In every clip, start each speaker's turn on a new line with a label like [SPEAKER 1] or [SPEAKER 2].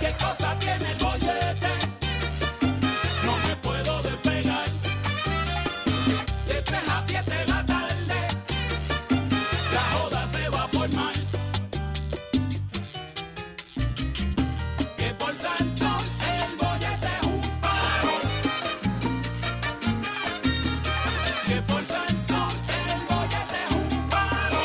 [SPEAKER 1] ¿Qué cosa tiene el bollete? No me puedo despegar. De 3 a 7 de la tarde, la joda se va a formar. Que por San Sol el bollete es un paro. Que por San Sol el bollete es un paro.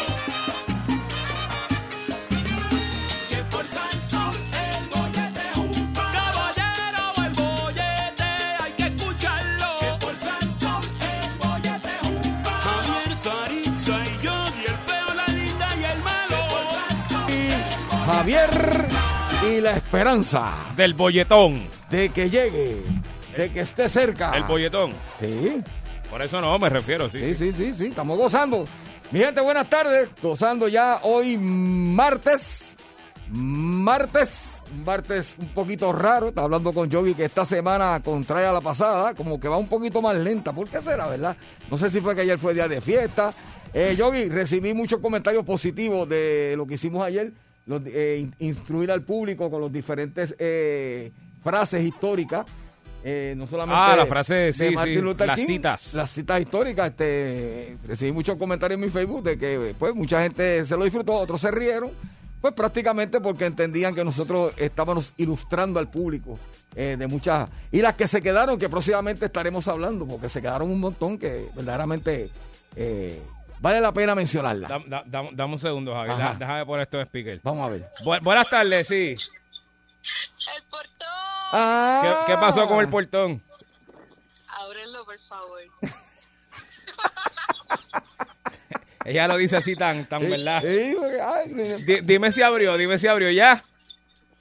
[SPEAKER 1] que por San Sol el bollete es un pan. Caballero, el bollete hay que escucharlo. Que por San Sol el bollete es un pan. Javier, Saritza y yo, y el feo, la linda y el malo. Que por San Sol
[SPEAKER 2] Javier y la esperanza
[SPEAKER 3] Del bolletón.
[SPEAKER 2] de que llegue, de que esté cerca.
[SPEAKER 3] El bolletón.
[SPEAKER 2] Sí,
[SPEAKER 3] Por eso no, me refiero, sí.
[SPEAKER 2] Ah. sí,
[SPEAKER 3] sí.
[SPEAKER 2] sí, sí, sí, estamos gozando. Mi gente, buenas tardes. Gozando ya hoy martes. Martes, martes un poquito raro. Estaba hablando con Yogi que esta semana, contraria a la pasada, como que va un poquito más lenta. ¿Por qué será, verdad? No sé si fue que ayer fue día de fiesta. Eh, Yogi, recibí muchos comentarios positivos de lo que hicimos ayer, los, eh, in- instruir al público con los diferentes eh, frases históricas. Eh, no solamente
[SPEAKER 3] Ah, la frase, sí,
[SPEAKER 2] Martin
[SPEAKER 3] sí,
[SPEAKER 2] Luther
[SPEAKER 3] las
[SPEAKER 2] King,
[SPEAKER 3] citas.
[SPEAKER 2] las citas históricas, este, recibí muchos comentarios en mi Facebook de que pues mucha gente se lo disfrutó, otros se rieron, pues prácticamente porque entendían que nosotros estábamos ilustrando al público eh, de muchas y las que se quedaron que próximamente estaremos hablando porque se quedaron un montón que verdaderamente eh, vale la pena mencionarlas.
[SPEAKER 3] Dam- da- dam- dame un segundo, Javier.
[SPEAKER 2] Ajá.
[SPEAKER 3] Da- Déjame poner esto en speaker.
[SPEAKER 2] Vamos a ver.
[SPEAKER 3] Bu- buenas tardes, sí.
[SPEAKER 4] El portón.
[SPEAKER 3] ¿Qué,
[SPEAKER 2] Ah.
[SPEAKER 3] qué pasó con el portón?
[SPEAKER 4] Ábrelo, por favor.
[SPEAKER 3] Ella lo dice así tan, tan, ¿verdad?
[SPEAKER 2] Sí, porque, ay, mira.
[SPEAKER 3] Di- dime si abrió, dime si abrió. ¿Ya?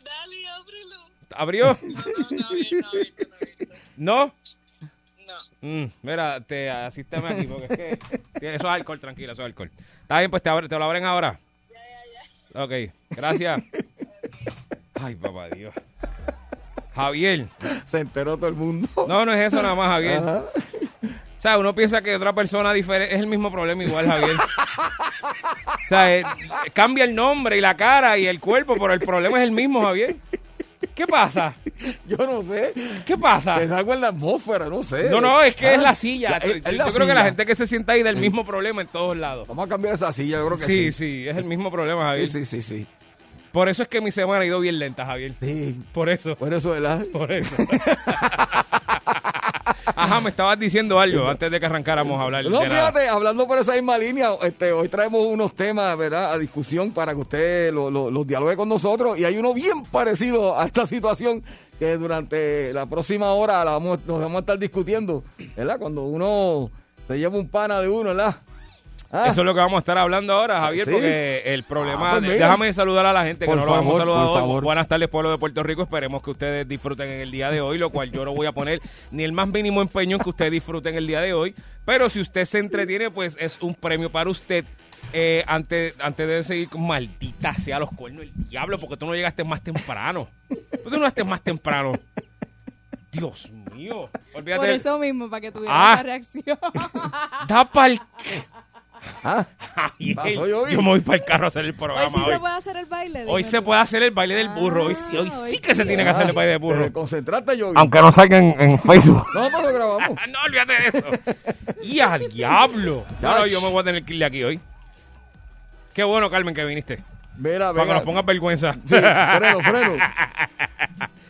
[SPEAKER 4] Dale, ábrelo.
[SPEAKER 3] ¿Abrió?
[SPEAKER 4] No, no, no, abierto, no, abierto, no, abierto.
[SPEAKER 3] ¿No?
[SPEAKER 4] no.
[SPEAKER 3] Mm, mira, te asísteme aquí porque es que... Tiene- Eso es alcohol, tranquila, eso es alcohol. Está bien, pues te, abre- te lo abren ahora. Ya, ya, ya. Ok, gracias. Ay, papá Dios. Javier.
[SPEAKER 2] Se enteró todo el mundo.
[SPEAKER 3] No, no es eso nada más, Javier.
[SPEAKER 2] Ajá.
[SPEAKER 3] O sea, uno piensa que otra persona diferente es el mismo problema igual, Javier. O sea, eh, cambia el nombre y la cara y el cuerpo, pero el problema es el mismo, Javier. ¿Qué pasa?
[SPEAKER 2] Yo no sé.
[SPEAKER 3] ¿Qué pasa?
[SPEAKER 2] Se salgo en la atmósfera, no sé.
[SPEAKER 3] Ah. No, no, es que
[SPEAKER 2] Ah,
[SPEAKER 3] es la silla.
[SPEAKER 2] es- es
[SPEAKER 3] Yo
[SPEAKER 2] la
[SPEAKER 3] creo que la
[SPEAKER 2] silla.
[SPEAKER 3] gente que se sienta ahí del mismo problema en todos lados.
[SPEAKER 2] Vamos a cambiar esa silla, yo creo que
[SPEAKER 3] Sí,
[SPEAKER 2] sí.
[SPEAKER 3] sí, es el mismo problema,
[SPEAKER 2] Sí,
[SPEAKER 3] Javier.
[SPEAKER 2] sí, sí, sí.
[SPEAKER 3] Por eso es que mi semana ha ido bien lenta, Javier.
[SPEAKER 2] Sí.
[SPEAKER 3] Por eso,
[SPEAKER 2] Por eso, ¿verdad?
[SPEAKER 3] por eso. Ajá, me estabas diciendo algo antes de que arrancáramos a hablar.
[SPEAKER 2] No,
[SPEAKER 3] de nada.
[SPEAKER 2] fíjate, hablando por esa misma línea, este, hoy traemos unos temas, ¿verdad?, a discusión para que usted lo- lo- los dialogue con nosotros. Y hay uno bien parecido a esta situación que durante la próxima hora la vamos, nos vamos a estar discutiendo, ¿verdad? Cuando uno se lleva un pana de uno, ¿verdad? Ah,
[SPEAKER 3] Eso es lo que vamos a estar hablando ahora, Javier,
[SPEAKER 2] Sí.
[SPEAKER 3] porque el problema...
[SPEAKER 2] Ah, pues
[SPEAKER 3] de-
[SPEAKER 2] mira.
[SPEAKER 3] déjame saludar a la gente,
[SPEAKER 2] Por
[SPEAKER 3] que no lo hemos
[SPEAKER 2] favor,
[SPEAKER 3] saludado
[SPEAKER 2] por
[SPEAKER 3] hoy.
[SPEAKER 2] favor.
[SPEAKER 3] Buenas tardes, pueblo de Puerto Rico. Esperemos que ustedes disfruten en el día de hoy, lo cual yo no voy a poner ni el más mínimo empeño en que ustedes disfruten el día de hoy. Pero si usted se entretiene, pues es un premio para usted. Eh, antes, antes de seguir, con maldita sea los cuernos el diablo, porque tú no llegaste más temprano. Tú no llegaste más temprano. Dios mío. Olvídate.
[SPEAKER 5] Por
[SPEAKER 3] del-
[SPEAKER 5] eso mismo, para que tuviera
[SPEAKER 3] Ah.
[SPEAKER 5] esa reacción.
[SPEAKER 3] Da pa'l...
[SPEAKER 2] ah,
[SPEAKER 3] Ay,
[SPEAKER 2] Pasó,
[SPEAKER 3] yo
[SPEAKER 2] yo vi.
[SPEAKER 3] me voy para el carro a hacer el programa
[SPEAKER 5] hoy sí
[SPEAKER 3] hoy.
[SPEAKER 5] se puede hacer el baile. dime
[SPEAKER 3] Hoy se
[SPEAKER 5] tú.
[SPEAKER 3] puede hacer el baile del burro. Hoy sí, hoy
[SPEAKER 5] Ah,
[SPEAKER 3] sí
[SPEAKER 5] hoy
[SPEAKER 3] que se
[SPEAKER 5] sí.
[SPEAKER 3] tiene que hacer el baile de
[SPEAKER 2] Ah, pero
[SPEAKER 3] burro.
[SPEAKER 2] concentrate, yo.
[SPEAKER 3] Aunque no salga en, Facebook.
[SPEAKER 2] No, pero lo grabamos.
[SPEAKER 3] Ah, no, olvídate de eso. ¡Y al diablo!
[SPEAKER 2] Chach.
[SPEAKER 3] Bueno, yo me voy a tener que ir de aquí hoy. Qué bueno, Carmen, que viniste.
[SPEAKER 2] Mira,
[SPEAKER 3] Para que
[SPEAKER 2] mira.
[SPEAKER 3] nos pongas vergüenza.
[SPEAKER 2] Sí, freno, freno.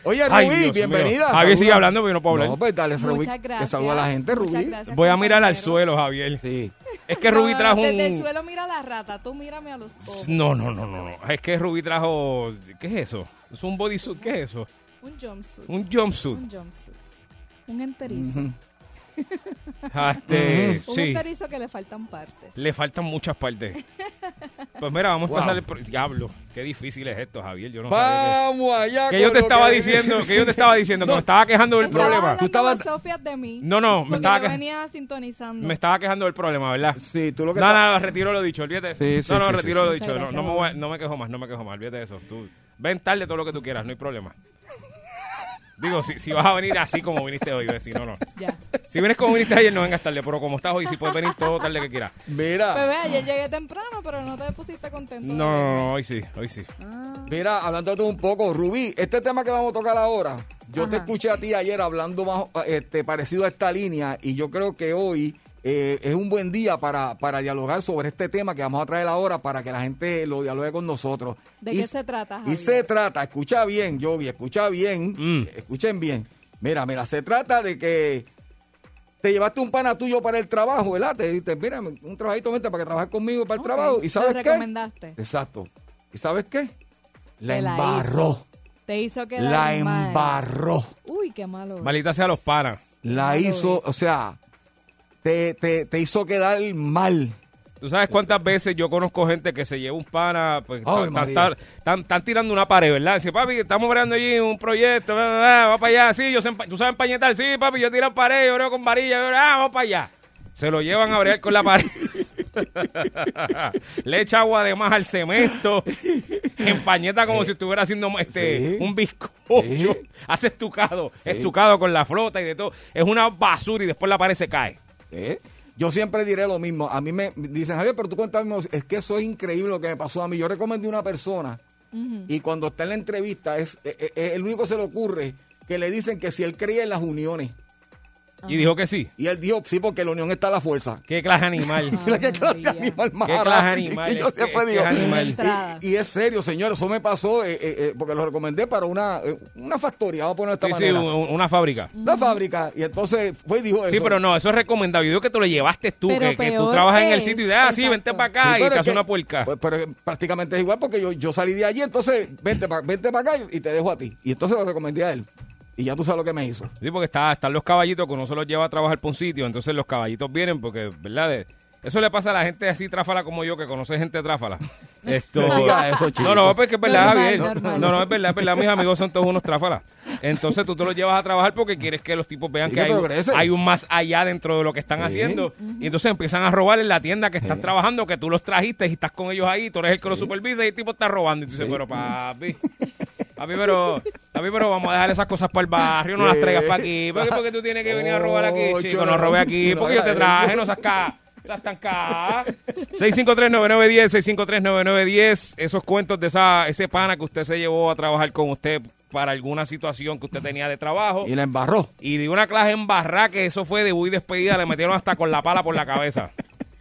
[SPEAKER 2] Oye,
[SPEAKER 3] Ay,
[SPEAKER 2] Rubí,
[SPEAKER 3] Dios
[SPEAKER 2] bienvenida.
[SPEAKER 3] mío. Javier
[SPEAKER 2] Saluda.
[SPEAKER 3] sigue hablando, pero yo no puedo hablar.
[SPEAKER 2] No, pues dale, Rubí.
[SPEAKER 5] Muchas
[SPEAKER 2] Que
[SPEAKER 5] gracias.
[SPEAKER 2] saluda a la gente,
[SPEAKER 5] Muchas
[SPEAKER 2] Rubí.
[SPEAKER 5] gracias,
[SPEAKER 3] Voy a mirar al
[SPEAKER 5] compañeros.
[SPEAKER 3] suelo, Javier.
[SPEAKER 2] Sí.
[SPEAKER 3] Es que
[SPEAKER 5] No,
[SPEAKER 3] Rubí trajo un...
[SPEAKER 5] Desde el suelo mira a la rata, tú mírame a los ojos.
[SPEAKER 3] No, no, no, no, no. Es que Rubí trajo... ¿Qué es eso? ¿Es un bodysuit? ¿Qué es eso?
[SPEAKER 5] Un jumpsuit.
[SPEAKER 3] Un jumpsuit.
[SPEAKER 5] Un jumpsuit. Un enterizo.
[SPEAKER 3] Ah, este,
[SPEAKER 5] Un
[SPEAKER 3] sí.
[SPEAKER 5] enterizo que le faltan partes.
[SPEAKER 3] Le faltan muchas partes. Pues mira, vamos
[SPEAKER 2] Wow.
[SPEAKER 3] a pasar el pro- diablo. Qué difícil es esto, Javier. Yo no sabía
[SPEAKER 2] Vamos allá.
[SPEAKER 3] que, que
[SPEAKER 2] con
[SPEAKER 3] yo te
[SPEAKER 2] lo
[SPEAKER 3] estaba
[SPEAKER 2] que-
[SPEAKER 3] diciendo, que yo te estaba diciendo, que
[SPEAKER 2] No.
[SPEAKER 3] me estaba quejando del
[SPEAKER 5] Estaba
[SPEAKER 3] problema.
[SPEAKER 5] hablando
[SPEAKER 2] Tú estabas-
[SPEAKER 5] con Sofía de mí.
[SPEAKER 3] No, no, me
[SPEAKER 5] porque
[SPEAKER 3] estaba
[SPEAKER 5] yo
[SPEAKER 3] que-
[SPEAKER 5] venía sintonizando.
[SPEAKER 3] Me estaba quejando del problema, ¿verdad?
[SPEAKER 2] Sí, tú lo que
[SPEAKER 3] No,
[SPEAKER 2] estabas-
[SPEAKER 3] no, no, retiro lo dicho, olvídate.
[SPEAKER 2] Sí, sí,
[SPEAKER 3] no, no,
[SPEAKER 2] sí, sí,
[SPEAKER 3] retiro lo
[SPEAKER 2] sí.
[SPEAKER 5] Muchas
[SPEAKER 3] dicho. No,
[SPEAKER 5] gracias,
[SPEAKER 3] no, me
[SPEAKER 5] amor.
[SPEAKER 3] voy a- no me quejo más, no me quejo más, olvídate de eso. Tú ven tarde todo lo que tú quieras, no hay problema. Digo, si, si vas a venir así como viniste hoy, bebé, si no, no.
[SPEAKER 5] Ya.
[SPEAKER 3] Si vienes como viniste ayer, no vengas tarde, pero como estás hoy, si puedes venir todo tarde que quieras.
[SPEAKER 2] Mira,
[SPEAKER 5] Bebé, ayer llegué temprano, pero no te pusiste contento.
[SPEAKER 3] No, no, no, hoy sí, hoy sí.
[SPEAKER 2] mira, hablando tú un poco, Rubí, este tema que vamos a tocar ahora, yo te
[SPEAKER 5] Ajá.
[SPEAKER 2] escuché a ti ayer hablando más, este, parecido a esta línea y yo creo que hoy eh, es un buen día para, para dialogar sobre este tema que vamos a traer ahora para que la gente lo dialogue con nosotros.
[SPEAKER 5] ¿De
[SPEAKER 2] Y
[SPEAKER 5] qué
[SPEAKER 2] s-
[SPEAKER 5] se trata,
[SPEAKER 2] Y
[SPEAKER 5] Javier?
[SPEAKER 2] se trata, escucha bien, Yogi, escucha bien,
[SPEAKER 3] Mm.
[SPEAKER 2] escuchen bien. Mira, mira, se trata de que te llevaste un pana tuyo para el trabajo, ¿verdad? Te dijiste, mira, un trabajito vente para que trabajes conmigo para el
[SPEAKER 5] Ok,
[SPEAKER 2] trabajo. ¿Y
[SPEAKER 5] lo
[SPEAKER 2] sabes qué?
[SPEAKER 5] recomendaste.
[SPEAKER 2] Exacto. ¿Y sabes qué? La
[SPEAKER 5] Te la
[SPEAKER 2] embarró.
[SPEAKER 5] hizo. Te hizo quedar
[SPEAKER 2] La
[SPEAKER 5] mal.
[SPEAKER 2] embarró.
[SPEAKER 5] Uy, qué malo.
[SPEAKER 3] Malita sea los panas.
[SPEAKER 2] La
[SPEAKER 5] Claro,
[SPEAKER 2] hizo,
[SPEAKER 5] es.
[SPEAKER 2] o sea, te, te, te hizo quedar mal.
[SPEAKER 3] ¿Tú sabes cuántas veces yo conozco gente que se lleva un pana, pues
[SPEAKER 2] Ay,
[SPEAKER 3] están
[SPEAKER 2] María.
[SPEAKER 3] tirando una pared, ¿verdad? Dice, papi, estamos creando allí un proyecto, bla, bla, bla, va para allá, sí, yo sé, empa- tú sabes empañetar, sí, papi, yo tiro pared, yo brego con varilla, yo, ah, vamos para allá. Se lo llevan a bregar con la pared. Le echa agua de más al cemento. Empañeta como si estuviera haciendo este,
[SPEAKER 2] Eh, sí.
[SPEAKER 3] un bizcocho.
[SPEAKER 2] Sí.
[SPEAKER 3] Hace estucado, estucado con la flota y de todo. Es una basura y después la pared se cae.
[SPEAKER 2] ¿Eh? Yo siempre diré lo mismo. A mí me dicen, Javier, pero tú cuéntame, es que eso es increíble lo que me pasó a mí. Yo recomendé una persona y cuando está en la entrevista, es, es- es el único que se le ocurre que le dicen que si él creía en las uniones.
[SPEAKER 3] Y dijo que sí.
[SPEAKER 2] Y él dijo, sí, porque la unión está a la fuerza.
[SPEAKER 3] Qué clase animal.
[SPEAKER 2] Mira Ah, qué
[SPEAKER 5] Ay,
[SPEAKER 2] clase de
[SPEAKER 5] María.
[SPEAKER 2] animal más
[SPEAKER 3] Qué clase
[SPEAKER 2] raro.
[SPEAKER 3] animal,
[SPEAKER 2] Y yo
[SPEAKER 3] es que-
[SPEAKER 2] siempre
[SPEAKER 3] es que
[SPEAKER 2] digo,
[SPEAKER 3] es animal.
[SPEAKER 5] Entrada.
[SPEAKER 2] Y, y es serio, señor, eso me pasó eh, eh, eh, porque lo recomendé para una, eh, una factoría, vamos a poner de esta
[SPEAKER 3] Sí, sí,
[SPEAKER 2] manera.
[SPEAKER 3] un- una fábrica.
[SPEAKER 2] La fábrica. Y entonces fue y dijo eso.
[SPEAKER 3] Sí, pero no, eso es recomendable. Yo digo que te lo llevaste tú,
[SPEAKER 5] Pero
[SPEAKER 3] que, que tú
[SPEAKER 5] peor
[SPEAKER 3] trabajas en el
[SPEAKER 5] es,
[SPEAKER 3] sitio y dices, ah, sí,
[SPEAKER 5] exacto.
[SPEAKER 3] vente para
[SPEAKER 2] Sí,
[SPEAKER 3] acá y
[SPEAKER 2] pero
[SPEAKER 3] te
[SPEAKER 2] es
[SPEAKER 3] hace
[SPEAKER 2] que-
[SPEAKER 3] una puerca.
[SPEAKER 2] pues, pero prácticamente es igual porque yo, yo salí de allí, entonces vente para vente pa acá y te dejo a ti. Y entonces lo recomendé a él. Y ya tú sabes lo que me hizo.
[SPEAKER 3] Sí, porque está, están los caballitos que uno se los lleva a trabajar por un sitio, entonces los caballitos vienen porque, ¿verdad? De- Eso le pasa a la gente así tráfala como yo, que conoce gente tráfala. Esto...
[SPEAKER 2] No diga eso, chico.
[SPEAKER 3] No, no, pues que es verdad,
[SPEAKER 5] Normal,
[SPEAKER 3] Javier.
[SPEAKER 5] normal.
[SPEAKER 3] No, no, es verdad, es verdad. Mis amigos son todos unos tráfalas. Entonces tú te los llevas a trabajar porque quieres que los tipos vean
[SPEAKER 2] Y
[SPEAKER 3] que
[SPEAKER 2] que
[SPEAKER 3] hay, un-
[SPEAKER 2] progresen.
[SPEAKER 3] hay un más allá dentro de lo que están haciendo. Y entonces empiezan a robar en la tienda que están trabajando, que tú los trajiste y estás con ellos ahí, tú eres el que los supervisa y el tipo está robando. Y tú dices, pero papi. A mí, pero, a mí, pero vamos a dejar esas cosas para el barrio, no las
[SPEAKER 2] Sí.
[SPEAKER 3] traigas para aquí. ¿Por qué, por qué tú tienes que venir a robar aquí,
[SPEAKER 2] Oh,
[SPEAKER 3] chico?
[SPEAKER 2] chorro.
[SPEAKER 3] No robé aquí,
[SPEAKER 2] No
[SPEAKER 3] porque yo te
[SPEAKER 2] hagas
[SPEAKER 3] traje,
[SPEAKER 2] eso.
[SPEAKER 3] no seas ca- seas tan ca- 653-9910, 653-9910, esos cuentos de esa, ese pana que usted se llevó a trabajar con usted para alguna situación que usted tenía de trabajo.
[SPEAKER 2] Y la embarró.
[SPEAKER 3] Y de una clase en barra que eso fue de muy despedida, le metieron hasta con la pala por la cabeza.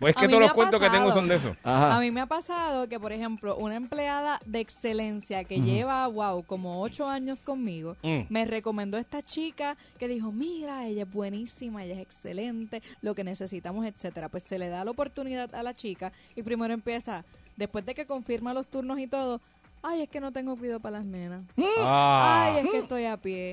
[SPEAKER 3] Pues es
[SPEAKER 5] A
[SPEAKER 3] que
[SPEAKER 5] mí
[SPEAKER 3] todos
[SPEAKER 5] me
[SPEAKER 3] los
[SPEAKER 5] ha
[SPEAKER 3] cuentos que tengo
[SPEAKER 5] pasado.
[SPEAKER 3] son de eso.
[SPEAKER 2] Ajá.
[SPEAKER 5] A mí me ha pasado que, por ejemplo, una empleada de excelencia que lleva, wow, como ocho años conmigo,
[SPEAKER 3] Mm.
[SPEAKER 5] me recomendó esta chica que dijo, mira, ella es buenísima, ella es excelente, lo que necesitamos, etcétera. Pues se le da la oportunidad a la chica y primero empieza, después de que confirma los turnos y todo, ay, es que no tengo cuidado para las nenas.
[SPEAKER 3] Ah.
[SPEAKER 5] Ay, es que estoy a pie.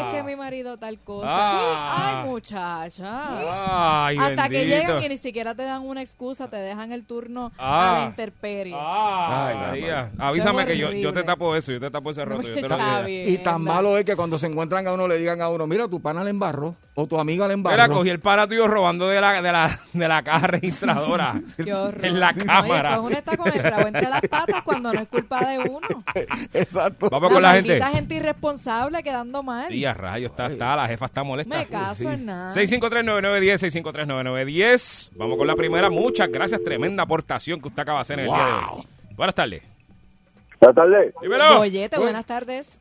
[SPEAKER 5] Ay, es que mi marido tal cosa.
[SPEAKER 3] Ah.
[SPEAKER 5] Ay, muchacha.
[SPEAKER 3] Ay,
[SPEAKER 5] Hasta que
[SPEAKER 3] bendito.
[SPEAKER 5] llegan y ni siquiera te dan una excusa, te dejan el turno
[SPEAKER 3] Ah.
[SPEAKER 5] a la intemperie.
[SPEAKER 3] Ay,
[SPEAKER 2] Ay,
[SPEAKER 3] Ah, María.
[SPEAKER 5] Eso
[SPEAKER 3] Avísame
[SPEAKER 5] es
[SPEAKER 3] que yo, yo te
[SPEAKER 5] horrible.
[SPEAKER 3] tapo eso, yo te tapo ese roto. yo te lo-
[SPEAKER 5] Está bien,
[SPEAKER 2] Y tan
[SPEAKER 5] ¿verdad?
[SPEAKER 2] malo es que cuando se encuentran a uno le digan a uno, mira, tu pana le embarró o tu amiga le
[SPEAKER 3] Mira,
[SPEAKER 2] embarró.
[SPEAKER 3] cogí el pana tuyo robando de la, de la, de la caja registradora.
[SPEAKER 5] Qué horror.
[SPEAKER 3] En la
[SPEAKER 5] Oye,
[SPEAKER 3] cámara.
[SPEAKER 5] pues uno está con el trago entre las patas cuando no es culpa de uno.
[SPEAKER 2] Exacto.
[SPEAKER 3] Vamos con la gente.
[SPEAKER 5] maldita gente irresponsable quedando mal.
[SPEAKER 3] Y a rayos, está, está, la jefa está molesta.
[SPEAKER 5] Me caso en nada.
[SPEAKER 3] 653-9910, 653-9910. Vamos con la primera. Muchas gracias, tremenda aportación que usted acaba de hacer en el día de hoy. Buenas tardes.
[SPEAKER 6] Buenas tardes.
[SPEAKER 3] Dímelo.
[SPEAKER 5] Bollete, buenas tardes.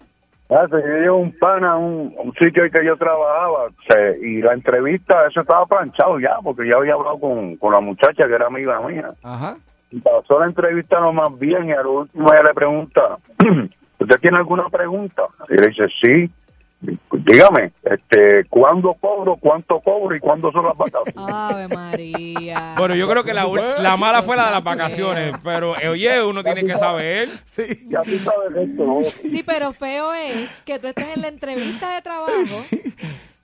[SPEAKER 6] Ah, sí, yo llevo un pan a un, un sitio ahí que yo trabajaba se- y la entrevista, eso estaba planchado ya, porque ya había hablado con, con la muchacha que era amiga mía.
[SPEAKER 2] Ajá.
[SPEAKER 6] Y pasó la entrevista lo más bien y al último ella le pregunta, ¿usted tiene alguna pregunta? Y le dice, sí. Dígame, este, ¿cuándo cobro, cuánto cobro y cuándo son las vacaciones?
[SPEAKER 5] Ave María.
[SPEAKER 3] Bueno, yo creo que la, ul- la mala fue la de las vacaciones, pero eh, oye, uno tiene que saber.
[SPEAKER 2] Sí.
[SPEAKER 6] Ya tú sabes esto, ¿no?
[SPEAKER 5] Sí, pero feo es que tú estés en la entrevista de trabajo,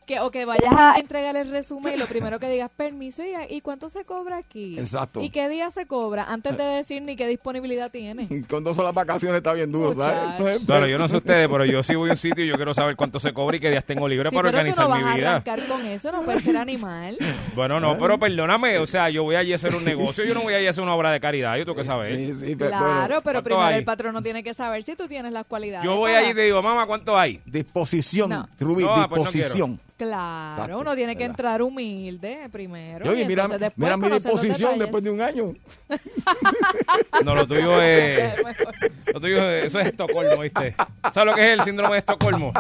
[SPEAKER 5] que, o que vayas a entregar el resumen y lo primero que digas, permiso, ¿y, y cuánto se cobra aquí?
[SPEAKER 2] Exacto.
[SPEAKER 5] ¿Y qué día se cobra? Antes de decir ni qué disponibilidad tiene.
[SPEAKER 2] Con dos solas vacaciones está bien duro, ¿sabes?
[SPEAKER 5] Muchacho.
[SPEAKER 2] No es-
[SPEAKER 3] Claro, yo no sé ustedes, pero yo sí voy a un sitio y yo quiero saber cuánto se cobra y qué días tengo libre
[SPEAKER 5] Sí,
[SPEAKER 3] para
[SPEAKER 5] pero tú
[SPEAKER 3] organizar
[SPEAKER 5] no vas
[SPEAKER 3] mi
[SPEAKER 5] a
[SPEAKER 3] vida.
[SPEAKER 5] arrancar con eso, no puedes ser animal.
[SPEAKER 3] Bueno, no, pero perdóname, o sea, yo voy allí a hacer un negocio, yo no voy allí a hacer una obra de caridad, yo tengo que saber.
[SPEAKER 2] Sí, sí, pero-
[SPEAKER 5] Claro, pero
[SPEAKER 3] ¿cuánto
[SPEAKER 5] primero
[SPEAKER 3] hay?
[SPEAKER 5] el patrón no tiene que saber si tú tienes las cualidades.
[SPEAKER 3] Yo voy
[SPEAKER 5] para-
[SPEAKER 3] allí y te digo, mamá, ¿cuánto hay?
[SPEAKER 2] Disposición,
[SPEAKER 5] No.
[SPEAKER 2] Rubí,
[SPEAKER 3] No, pues no
[SPEAKER 2] disposición.
[SPEAKER 5] Claro,
[SPEAKER 2] Exacto,
[SPEAKER 5] uno tiene que
[SPEAKER 2] ¿verdad?
[SPEAKER 5] entrar humilde primero.
[SPEAKER 2] Oye,
[SPEAKER 5] y
[SPEAKER 2] mira,
[SPEAKER 5] entonces después
[SPEAKER 2] mira mi
[SPEAKER 5] conocer los
[SPEAKER 2] disposición
[SPEAKER 5] detalles.
[SPEAKER 2] después de un año.
[SPEAKER 3] No, lo tuyo es. Lo tuyo es- Eso es Estocolmo, ¿viste? ¿Sabes lo que es el síndrome de Estocolmo?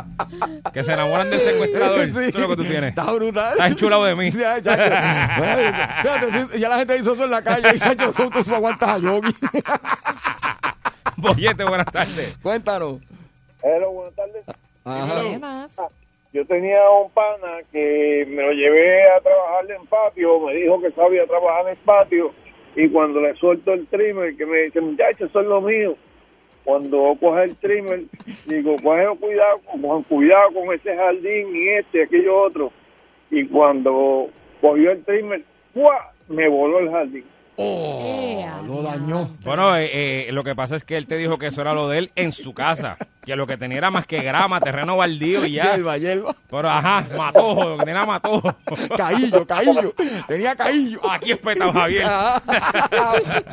[SPEAKER 3] Que se enamoran del secuestrador.
[SPEAKER 2] Sí.
[SPEAKER 3] Eso es lo que tú tienes.
[SPEAKER 2] Está brutal.
[SPEAKER 3] Estás chulado de mí.
[SPEAKER 2] Ya, ya, ya. Bueno, fíjate, sí, ya la gente hizo eso en la calle. Y Sacho, ¿cómo tú aguantas a Yogi?
[SPEAKER 3] Bollete, buenas tardes.
[SPEAKER 2] Cuéntanos.
[SPEAKER 7] Hello, buenas tardes.
[SPEAKER 2] Ajá.
[SPEAKER 5] Buenas.
[SPEAKER 7] Yo tenía un pana que me lo llevé a trabajar en patio, me dijo que sabía trabajar en patio y cuando le suelto el trimmer, que me dice, muchachos, eso es lo mío. Cuando coge el trimmer, digo, coge cuidado, con cuidado con ese jardín y este, aquello otro. Y cuando cogió el trimmer, ¡fua! me voló el jardín.
[SPEAKER 5] Eh,
[SPEAKER 2] Oh,
[SPEAKER 5] adiante.
[SPEAKER 2] Lo dañó.
[SPEAKER 3] Bueno, eh, eh, lo que pasa es que él te dijo que eso era lo de él en su casa. Que lo que tenía era más que grama, terreno baldío y ya.
[SPEAKER 2] Yelva, yelva.
[SPEAKER 3] Pero ajá, matojo, lo que tenía era matojo.
[SPEAKER 2] Caillo, caillo. Tenía caillo.
[SPEAKER 3] Aquí es petado, Javier.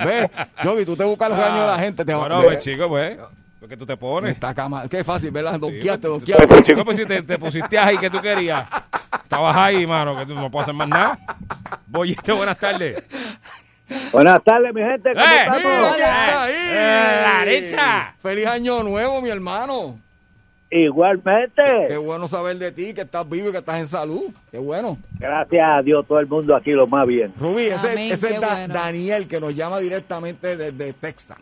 [SPEAKER 2] Ve, Yogi, tú te buscas los años de la gente. Te
[SPEAKER 3] Bueno,
[SPEAKER 2] ve,
[SPEAKER 3] pues chico, pues. Lo que tú te pones.
[SPEAKER 2] Esta cama. Qué fácil, ¿verdad? Donqueaste,
[SPEAKER 3] pues,
[SPEAKER 2] donqueaste.
[SPEAKER 3] Chico, pues si te, te pusiste ahí que tú querías. Estabas ahí, mano, que tú no puedes hacer más nada. Bollete, buenas tardes.
[SPEAKER 7] Buenas tardes, mi gente.
[SPEAKER 3] pues. ¡Eh!
[SPEAKER 2] Mira que está ahí.
[SPEAKER 3] ¡Eh, la derecha!
[SPEAKER 2] ¡Feliz año nuevo, mi hermano! Qué
[SPEAKER 7] Igualmente,
[SPEAKER 2] bueno saber de ti, que estás vivo y que estás en salud. Qué bueno.
[SPEAKER 7] gracias a Dios, todo el mundo aquí lo más bien.
[SPEAKER 2] Rubí, ese,
[SPEAKER 5] Amén,
[SPEAKER 2] ese
[SPEAKER 5] qué
[SPEAKER 2] es Da-
[SPEAKER 5] bueno.
[SPEAKER 2] Daniel que nos llama directamente desde Texas.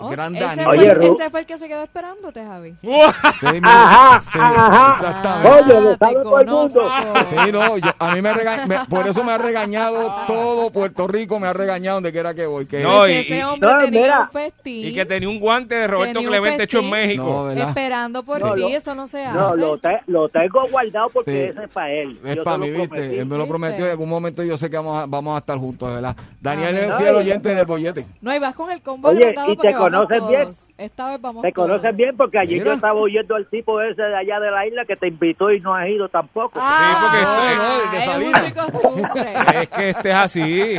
[SPEAKER 5] Oh,
[SPEAKER 2] Gran
[SPEAKER 5] ese
[SPEAKER 2] Daniel.
[SPEAKER 5] fue-
[SPEAKER 7] Oye, Ru-
[SPEAKER 5] ese fue el que se quedó esperándote, Javi.
[SPEAKER 2] Sí, mi-
[SPEAKER 7] Ajá,
[SPEAKER 2] sí,
[SPEAKER 7] ajá.
[SPEAKER 2] Exactamente.
[SPEAKER 7] Oye, lo
[SPEAKER 5] te
[SPEAKER 7] sabe todo el mundo.
[SPEAKER 5] conozco.
[SPEAKER 2] Sí, no, yo- a mí me, rega- me- por eso me ha regañado todo Puerto Rico, me ha regañado donde quiera que voy. Que
[SPEAKER 3] No,
[SPEAKER 5] Pues
[SPEAKER 3] y- y-
[SPEAKER 5] ese hombre
[SPEAKER 7] No,
[SPEAKER 5] tenía
[SPEAKER 7] mira.
[SPEAKER 5] un festín
[SPEAKER 3] Y que tenía un guante de Roberto
[SPEAKER 5] Tenía un
[SPEAKER 3] Clemente hecho en
[SPEAKER 5] festín.
[SPEAKER 2] No,
[SPEAKER 3] México.
[SPEAKER 2] ¿verdad?
[SPEAKER 5] esperando por
[SPEAKER 7] No,
[SPEAKER 5] ti,
[SPEAKER 7] lo-
[SPEAKER 5] eso no se hace.
[SPEAKER 7] No, lo, te- lo tengo guardado porque
[SPEAKER 2] Sí.
[SPEAKER 7] ese es para él.
[SPEAKER 2] Es
[SPEAKER 7] Yo
[SPEAKER 2] para
[SPEAKER 7] se lo
[SPEAKER 2] mí,
[SPEAKER 7] prometí.
[SPEAKER 2] viste. Él me lo
[SPEAKER 5] ¿Viste?
[SPEAKER 2] prometió y en algún momento yo sé que vamos a, vamos a estar juntos, ¿verdad? Daniel
[SPEAKER 5] Amén.
[SPEAKER 2] es el fiel oyente del bollete.
[SPEAKER 5] No, y vas con el combo
[SPEAKER 7] Oye,
[SPEAKER 5] agrandado
[SPEAKER 7] ¿y te
[SPEAKER 5] porque vamos
[SPEAKER 7] conoces bien?
[SPEAKER 5] todos. Esta vez vamos
[SPEAKER 7] Te conoces
[SPEAKER 5] todos.
[SPEAKER 7] bien porque ayer
[SPEAKER 2] Mira.
[SPEAKER 7] yo estaba oyendo al tipo ese de allá de la isla que te invitó y no has ido tampoco.
[SPEAKER 5] Ah.
[SPEAKER 3] Sí, porque esto
[SPEAKER 2] es-
[SPEAKER 5] es
[SPEAKER 2] no, de
[SPEAKER 5] un chico costumbre.
[SPEAKER 3] Es que este es así.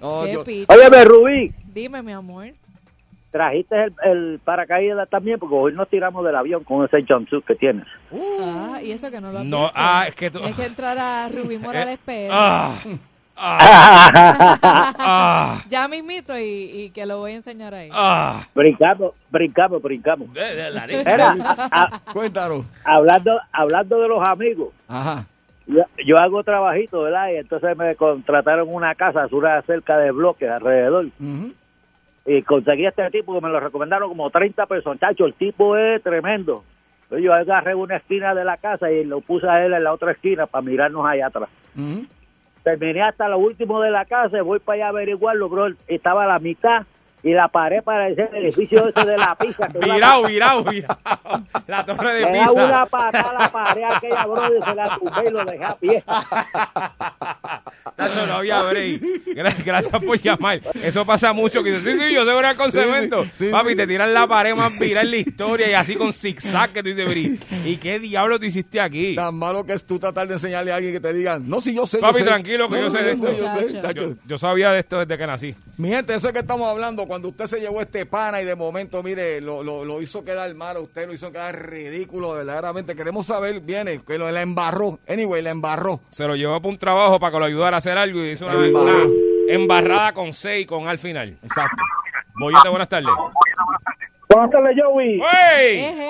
[SPEAKER 2] No,
[SPEAKER 5] Qué
[SPEAKER 2] yo-
[SPEAKER 5] picho.
[SPEAKER 7] Óyeme, Rubí,
[SPEAKER 5] Dime, mi amor.
[SPEAKER 7] trajiste el, el paracaídas también porque hoy nos tiramos del avión con ese jumpsuit que tienes.
[SPEAKER 5] Ah, y eso que no lo has
[SPEAKER 3] No,
[SPEAKER 5] visto.
[SPEAKER 3] ah, es que tú- Eh,
[SPEAKER 5] Tienes que entrar a Rubí Morales Pérez.
[SPEAKER 3] Ah, ah,
[SPEAKER 5] Ya mismito y, y que lo voy a enseñar ahí.
[SPEAKER 3] ah.
[SPEAKER 7] brincamos, brincamos, brincamos.
[SPEAKER 3] De- de la derecha.
[SPEAKER 7] Era, a-
[SPEAKER 2] Cuéntanos.
[SPEAKER 7] hablando, hablando de los amigos.
[SPEAKER 2] Ajá.
[SPEAKER 7] Yo, yo hago trabajito, ¿verdad? Y entonces me contrataron una casa, una cerca de bloques alrededor.
[SPEAKER 2] Ujú.
[SPEAKER 7] y conseguí a este tipo que me lo recomendaron como 30 personas. Chacho, el tipo es tremendo. Entonces Yo agarré una esquina de la casa y lo puse a él en la otra esquina para mirarnos allá atrás.
[SPEAKER 2] Ujú.
[SPEAKER 7] Terminé hasta lo último de la casa y voy para allá a averiguarlo, bro. Estaba a la mitad y la pared para ese edificio ese de la pizza. que una-
[SPEAKER 3] Virado, virado, virado. La torre de
[SPEAKER 7] Le da una
[SPEAKER 3] pizza.
[SPEAKER 7] patada a la pared a aquella, bro, y se la tumbé y lo dejé a pie.
[SPEAKER 3] Tacho, no había break. Gra- Gracias por llamar. Eso pasa mucho. Que dicen, sí, sí, yo sé bregar con cemento.
[SPEAKER 2] sí,
[SPEAKER 3] Papi,
[SPEAKER 2] sí.
[SPEAKER 3] te tiran la pared más viral en la historia y así con zigzag que tú dices, "Bri, ¿y qué diablo te hiciste aquí?
[SPEAKER 2] Tan malo que es tú tratar de enseñarle a alguien que te digan, no, si yo sé. yo
[SPEAKER 3] Papi,
[SPEAKER 2] sé".
[SPEAKER 3] tranquilo, que
[SPEAKER 2] No,
[SPEAKER 3] yo sé de
[SPEAKER 2] no,
[SPEAKER 3] esto.
[SPEAKER 2] yo sé,
[SPEAKER 5] Muchacho.
[SPEAKER 2] chacho.
[SPEAKER 3] Yo, yo sabía de esto desde que nací.
[SPEAKER 2] Mi gente, eso es que estamos hablando. Cuando usted se llevó este pana y de momento, mire, lo, lo, lo hizo quedar mal a usted, lo hizo quedar ridículo, verdaderamente. Queremos saber, viene, que lo, la embarró. Anyway, la embarró.
[SPEAKER 3] Se lo llevó para un trabajo para que lo ayudara a hacer algo y hizo una,
[SPEAKER 2] Embarrado.
[SPEAKER 3] una embarrada con C y con A al final.
[SPEAKER 2] Exacto.
[SPEAKER 3] Boyete, buenas tardes.
[SPEAKER 7] Buenas tardes, Joey.
[SPEAKER 3] ¡Ey!
[SPEAKER 5] Eje.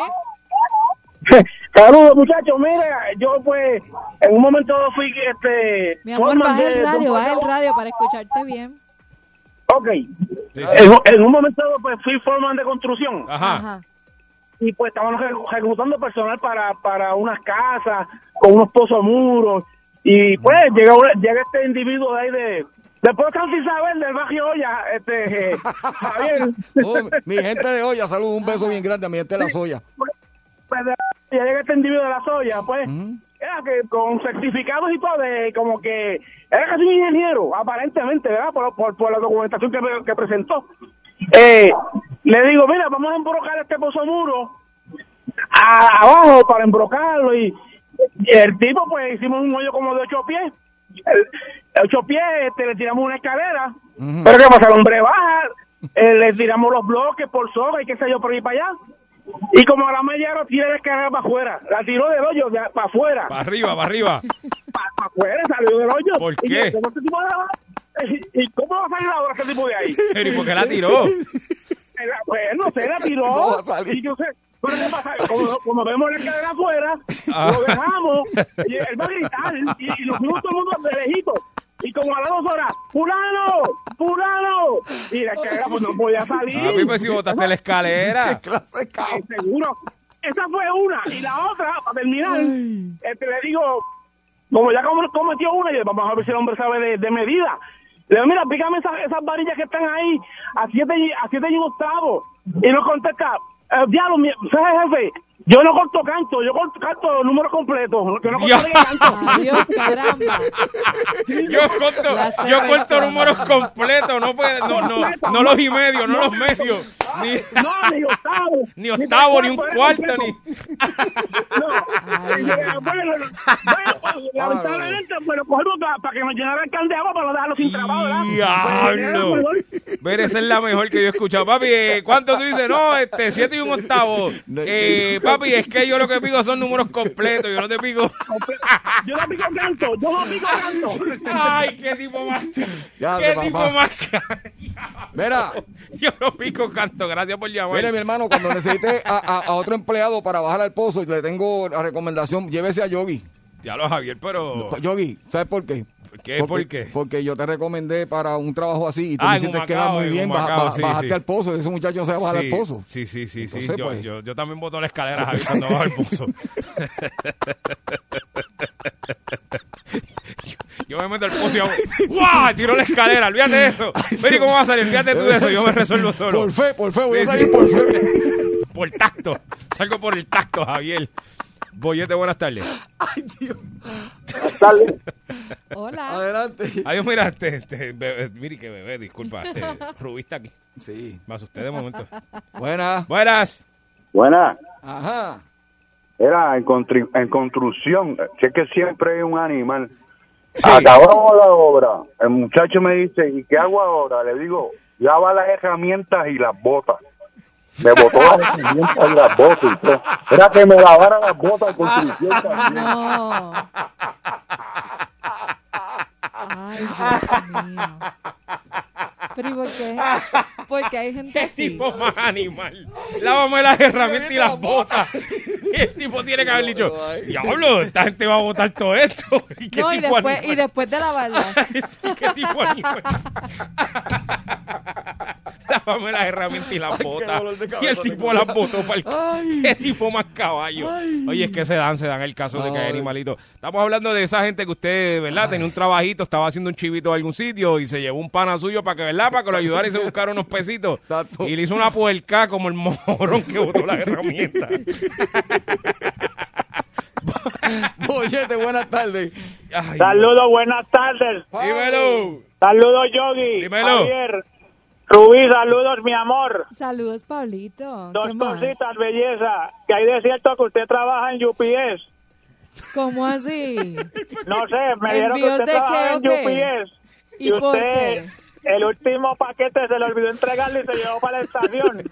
[SPEAKER 7] Saludos, muchachos. Mira, yo pues en un momento fui este...
[SPEAKER 5] Mi amor, baja el radio, baja el radio para escucharte bien.
[SPEAKER 7] Ok.
[SPEAKER 3] Sí, sí.
[SPEAKER 7] En, en un momento dado, pues fui foreman de construcción
[SPEAKER 5] Ah.
[SPEAKER 3] Ajá.
[SPEAKER 7] y pues estábamos rec- reclutando personal para, para unas casas con unos pozos muros y pues llega, una- llega este individuo de ahí de después San Isabel del barrio Olla, este eh, Javier.
[SPEAKER 2] Oh, mi gente de olla, saludos, un beso bien grande a mi gente de la soya.
[SPEAKER 7] Pues, de- llega este individuo de la soya, pues,
[SPEAKER 1] era que con certificados y todo, de como que era casi un ingeniero, aparentemente, ¿verdad? Por, por, por la documentación que, pre- que presentó. Eh, le digo, mira, vamos a embrocar este pozo muro a- abajo para embrocarlo y el tipo, pues, hicimos un hoyo como de ocho pies. El- ocho pies, este, le tiramos una escalera, pero ¿qué pasa? El hombre baja, eh, le tiramos los bloques por soga y qué sé yo, por ahí para allá. Y como a la media hora tira la escalera para afuera, la tiró del hoyo de- para afuera
[SPEAKER 3] Para arriba, para arriba.
[SPEAKER 1] para afuera, salió del hoyo.
[SPEAKER 3] ¿Por
[SPEAKER 1] Y yo,
[SPEAKER 3] qué?
[SPEAKER 1] ¿cómo este tipo de ahora? ¿Y cómo va a salir ahora este tipo de ahí?
[SPEAKER 3] Pero ¿y por qué la tiró?
[SPEAKER 1] Era- Bueno, se la
[SPEAKER 2] ¿Cómo va
[SPEAKER 1] tiró.
[SPEAKER 2] a salir?
[SPEAKER 1] Y yo sé, pero ¿qué pasa? Como, como vemos la cadena afuera,
[SPEAKER 3] Ah.
[SPEAKER 1] lo dejamos, y él va a gritar, y, y lo fuimos todo el mundo de lejito. Y como a las dos horas, ¡Fulano! ¡Fulano! Y la cadena pues, no podía salir.
[SPEAKER 3] A mí me pues, si botaste la escalera.
[SPEAKER 2] clase de
[SPEAKER 1] Ay,
[SPEAKER 2] cabrón.
[SPEAKER 1] seguro. Esa fue una. Y la otra, para terminar, este, le digo, como ya com- cometió una, y vamos a ver si el hombre sabe de, de medida. Le digo, mira, pícame esas, esas varillas que están ahí a siete, y- a siete y un octavo. Y nos contesta, eh, diablo, mi- ¿sabes, jefe? Yo no corto canto, yo corto canto número completo. Yo no corto
[SPEAKER 3] Dios.
[SPEAKER 1] canto.
[SPEAKER 5] Adiós, caramba.
[SPEAKER 3] Yo corto,
[SPEAKER 5] La cerveza.
[SPEAKER 3] yo corto números completos, no, puede- no, no, no los y medio, no los medios. Ni,
[SPEAKER 1] No, ni octavo.
[SPEAKER 3] ni octavo, ni un
[SPEAKER 1] era
[SPEAKER 3] cuarto,
[SPEAKER 1] completo.
[SPEAKER 3] ni...
[SPEAKER 1] No. Y yo, bueno, bueno, pues, lamentablemente, pero cogemos para, que nos llenara el can de agua para no dejarlo sin trabajo, ¿verdad? Pues, era
[SPEAKER 3] ¡Diablo!
[SPEAKER 1] mejor.
[SPEAKER 3] Ver, esa es la mejor que yo he escuchado. Papi, eh, ¿cuánto tú dices? No, este, siete y un octavo. Eh, papi, es que yo lo que pico son números completos, yo no te pico...
[SPEAKER 1] pues, Yo no pico canto, yo no pico canto.
[SPEAKER 3] ¡Ay, qué tipo más!
[SPEAKER 2] Ya,
[SPEAKER 3] ¡Qué
[SPEAKER 2] papá.
[SPEAKER 3] tipo más!
[SPEAKER 2] Mira,
[SPEAKER 3] Yo no pico canto, gracias por llamar.
[SPEAKER 2] mire mi hermano, cuando necesite a, a- a otro empleado para bajar al pozo, le tengo la recomendación, llévese a Yogi.
[SPEAKER 3] Ya lo Javier, pero...
[SPEAKER 2] Yogi, ¿sabes por qué?
[SPEAKER 3] ¿Qué? ¿Por qué?
[SPEAKER 2] Porque yo te recomendé para un trabajo así y tú
[SPEAKER 3] Ah,
[SPEAKER 2] me
[SPEAKER 3] en
[SPEAKER 2] hiciste que
[SPEAKER 3] Humacao,
[SPEAKER 2] va muy
[SPEAKER 3] en
[SPEAKER 2] bien, baja-
[SPEAKER 3] Humacao,
[SPEAKER 2] ba-
[SPEAKER 3] sí,
[SPEAKER 2] bajaste
[SPEAKER 3] sí.
[SPEAKER 2] al pozo, ese muchacho se va a bajar al pozo.
[SPEAKER 3] Sí, sí, sí, sí.
[SPEAKER 2] Entonces,
[SPEAKER 3] yo,
[SPEAKER 2] pues.
[SPEAKER 3] yo, yo también boto la escalera, Javi, cuando bajo el pozo. yo, yo me meto al pozo y hago, ¡guau! Tiro la escalera, olvídate de eso. Mira cómo va a salir, olvídate tú de eso, yo me resuelvo solo.
[SPEAKER 2] Por fe, por fe, voy
[SPEAKER 3] Sí,
[SPEAKER 2] a salir
[SPEAKER 3] sí.
[SPEAKER 2] por fe.
[SPEAKER 3] Por tacto. Salgo por el tacto, Javier. Boyete, buenas tardes.
[SPEAKER 5] Hola.
[SPEAKER 2] Adelante.
[SPEAKER 3] Adiós, mira, este, este, bebé, mire que bebé, disculpa, este, Rubí está aquí.
[SPEAKER 2] Sí.
[SPEAKER 3] Me asusté de momento.
[SPEAKER 2] Buena.
[SPEAKER 3] Buenas.
[SPEAKER 6] Buena.
[SPEAKER 2] Ajá.
[SPEAKER 6] Era en, constru- en construcción, sé que siempre es un animal. Acabamos la obra. El muchacho me dice, ¿y qué hago ahora? Le digo, lava las herramientas y las botas. Me botó las herramientas y las botas. y todo. Era que me lavara las botas en construcción también.
[SPEAKER 5] No. Ay, Dios mío. Pero ¿y por qué? Porque hay gente
[SPEAKER 3] ¿Qué
[SPEAKER 5] así.
[SPEAKER 3] tipo más animal? Lávame las herramientas y las botas. El tipo tiene que haber dicho, diablo, esta gente va a botar todo esto. ¿Y qué
[SPEAKER 5] No, y
[SPEAKER 3] tipo
[SPEAKER 5] después,
[SPEAKER 3] animal?
[SPEAKER 5] y después de lavarla.
[SPEAKER 3] ¿Qué tipo animal? Lávame las herramientas y las
[SPEAKER 2] Ay, qué
[SPEAKER 3] botas.
[SPEAKER 2] dolor de
[SPEAKER 3] Y
[SPEAKER 2] cabeza
[SPEAKER 3] el tipo las botó para el...
[SPEAKER 2] Ay.
[SPEAKER 3] ¿Qué tipo más caballo? Oye, es que se dan, se dan el caso de que hay
[SPEAKER 2] Ay.
[SPEAKER 3] animalitos. Estamos hablando de esa gente que usted, ¿verdad? Tenía un trabajito, estaba haciendo un chivito de algún sitio y se llevó un pana suyo para que, ¿verdad? Para que lo ayudara y se buscara unos pesitos.
[SPEAKER 2] Exacto.
[SPEAKER 3] Y le hizo una puerca como el morón que botó las herramientas.
[SPEAKER 2] Boyete, buenas tardes.
[SPEAKER 3] Ay,
[SPEAKER 1] Saludos, buenas tardes.
[SPEAKER 3] Dímelo.
[SPEAKER 1] Saludos, Yogi.
[SPEAKER 3] Dímelo.
[SPEAKER 1] Javier. Rubí, saludos, mi amor.
[SPEAKER 5] Saludos, Pablito. ¿Qué
[SPEAKER 1] Dos
[SPEAKER 5] más?
[SPEAKER 1] cositas, belleza. Que hay de cierto que usted trabaja en UPS.
[SPEAKER 5] ¿Cómo así?
[SPEAKER 1] No sé, me dijeron que
[SPEAKER 5] ¿Envíos
[SPEAKER 1] usted
[SPEAKER 5] de
[SPEAKER 1] trabaja
[SPEAKER 5] qué o
[SPEAKER 1] en
[SPEAKER 5] qué?
[SPEAKER 1] UPS.
[SPEAKER 5] ¿Y por
[SPEAKER 1] usted, el último paquete se le olvidó entregarle y se llevó para la estación.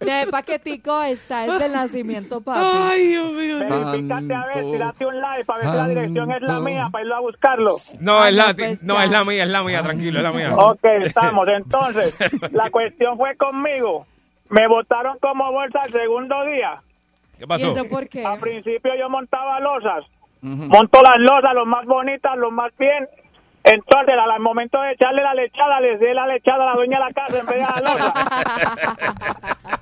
[SPEAKER 5] De paquetico está el del nacimiento, papi.
[SPEAKER 3] Ay, Dios mío.
[SPEAKER 1] Verifícate a ver
[SPEAKER 2] Santo.
[SPEAKER 1] si date un like para ver si la dirección es la
[SPEAKER 2] Santo.
[SPEAKER 1] mía para irlo a buscarlo.
[SPEAKER 3] No,
[SPEAKER 5] Ah,
[SPEAKER 3] es la,
[SPEAKER 5] no, pues,
[SPEAKER 3] no,
[SPEAKER 5] ya.
[SPEAKER 3] es la mía, es la mía, tranquilo, es la mía.
[SPEAKER 1] Ok, estamos. Entonces, la cuestión fue conmigo. Me votaron como bolsa el segundo día.
[SPEAKER 3] ¿Qué
[SPEAKER 5] ¿Y
[SPEAKER 3] pasó?
[SPEAKER 5] eso pues por qué?
[SPEAKER 1] Al principio yo montaba losas. Monto las losas, los más bonitas, los más bien. Entonces, al al momento de echarle la lechada, le di la lechada a la dueña de la casa en vez de la losa.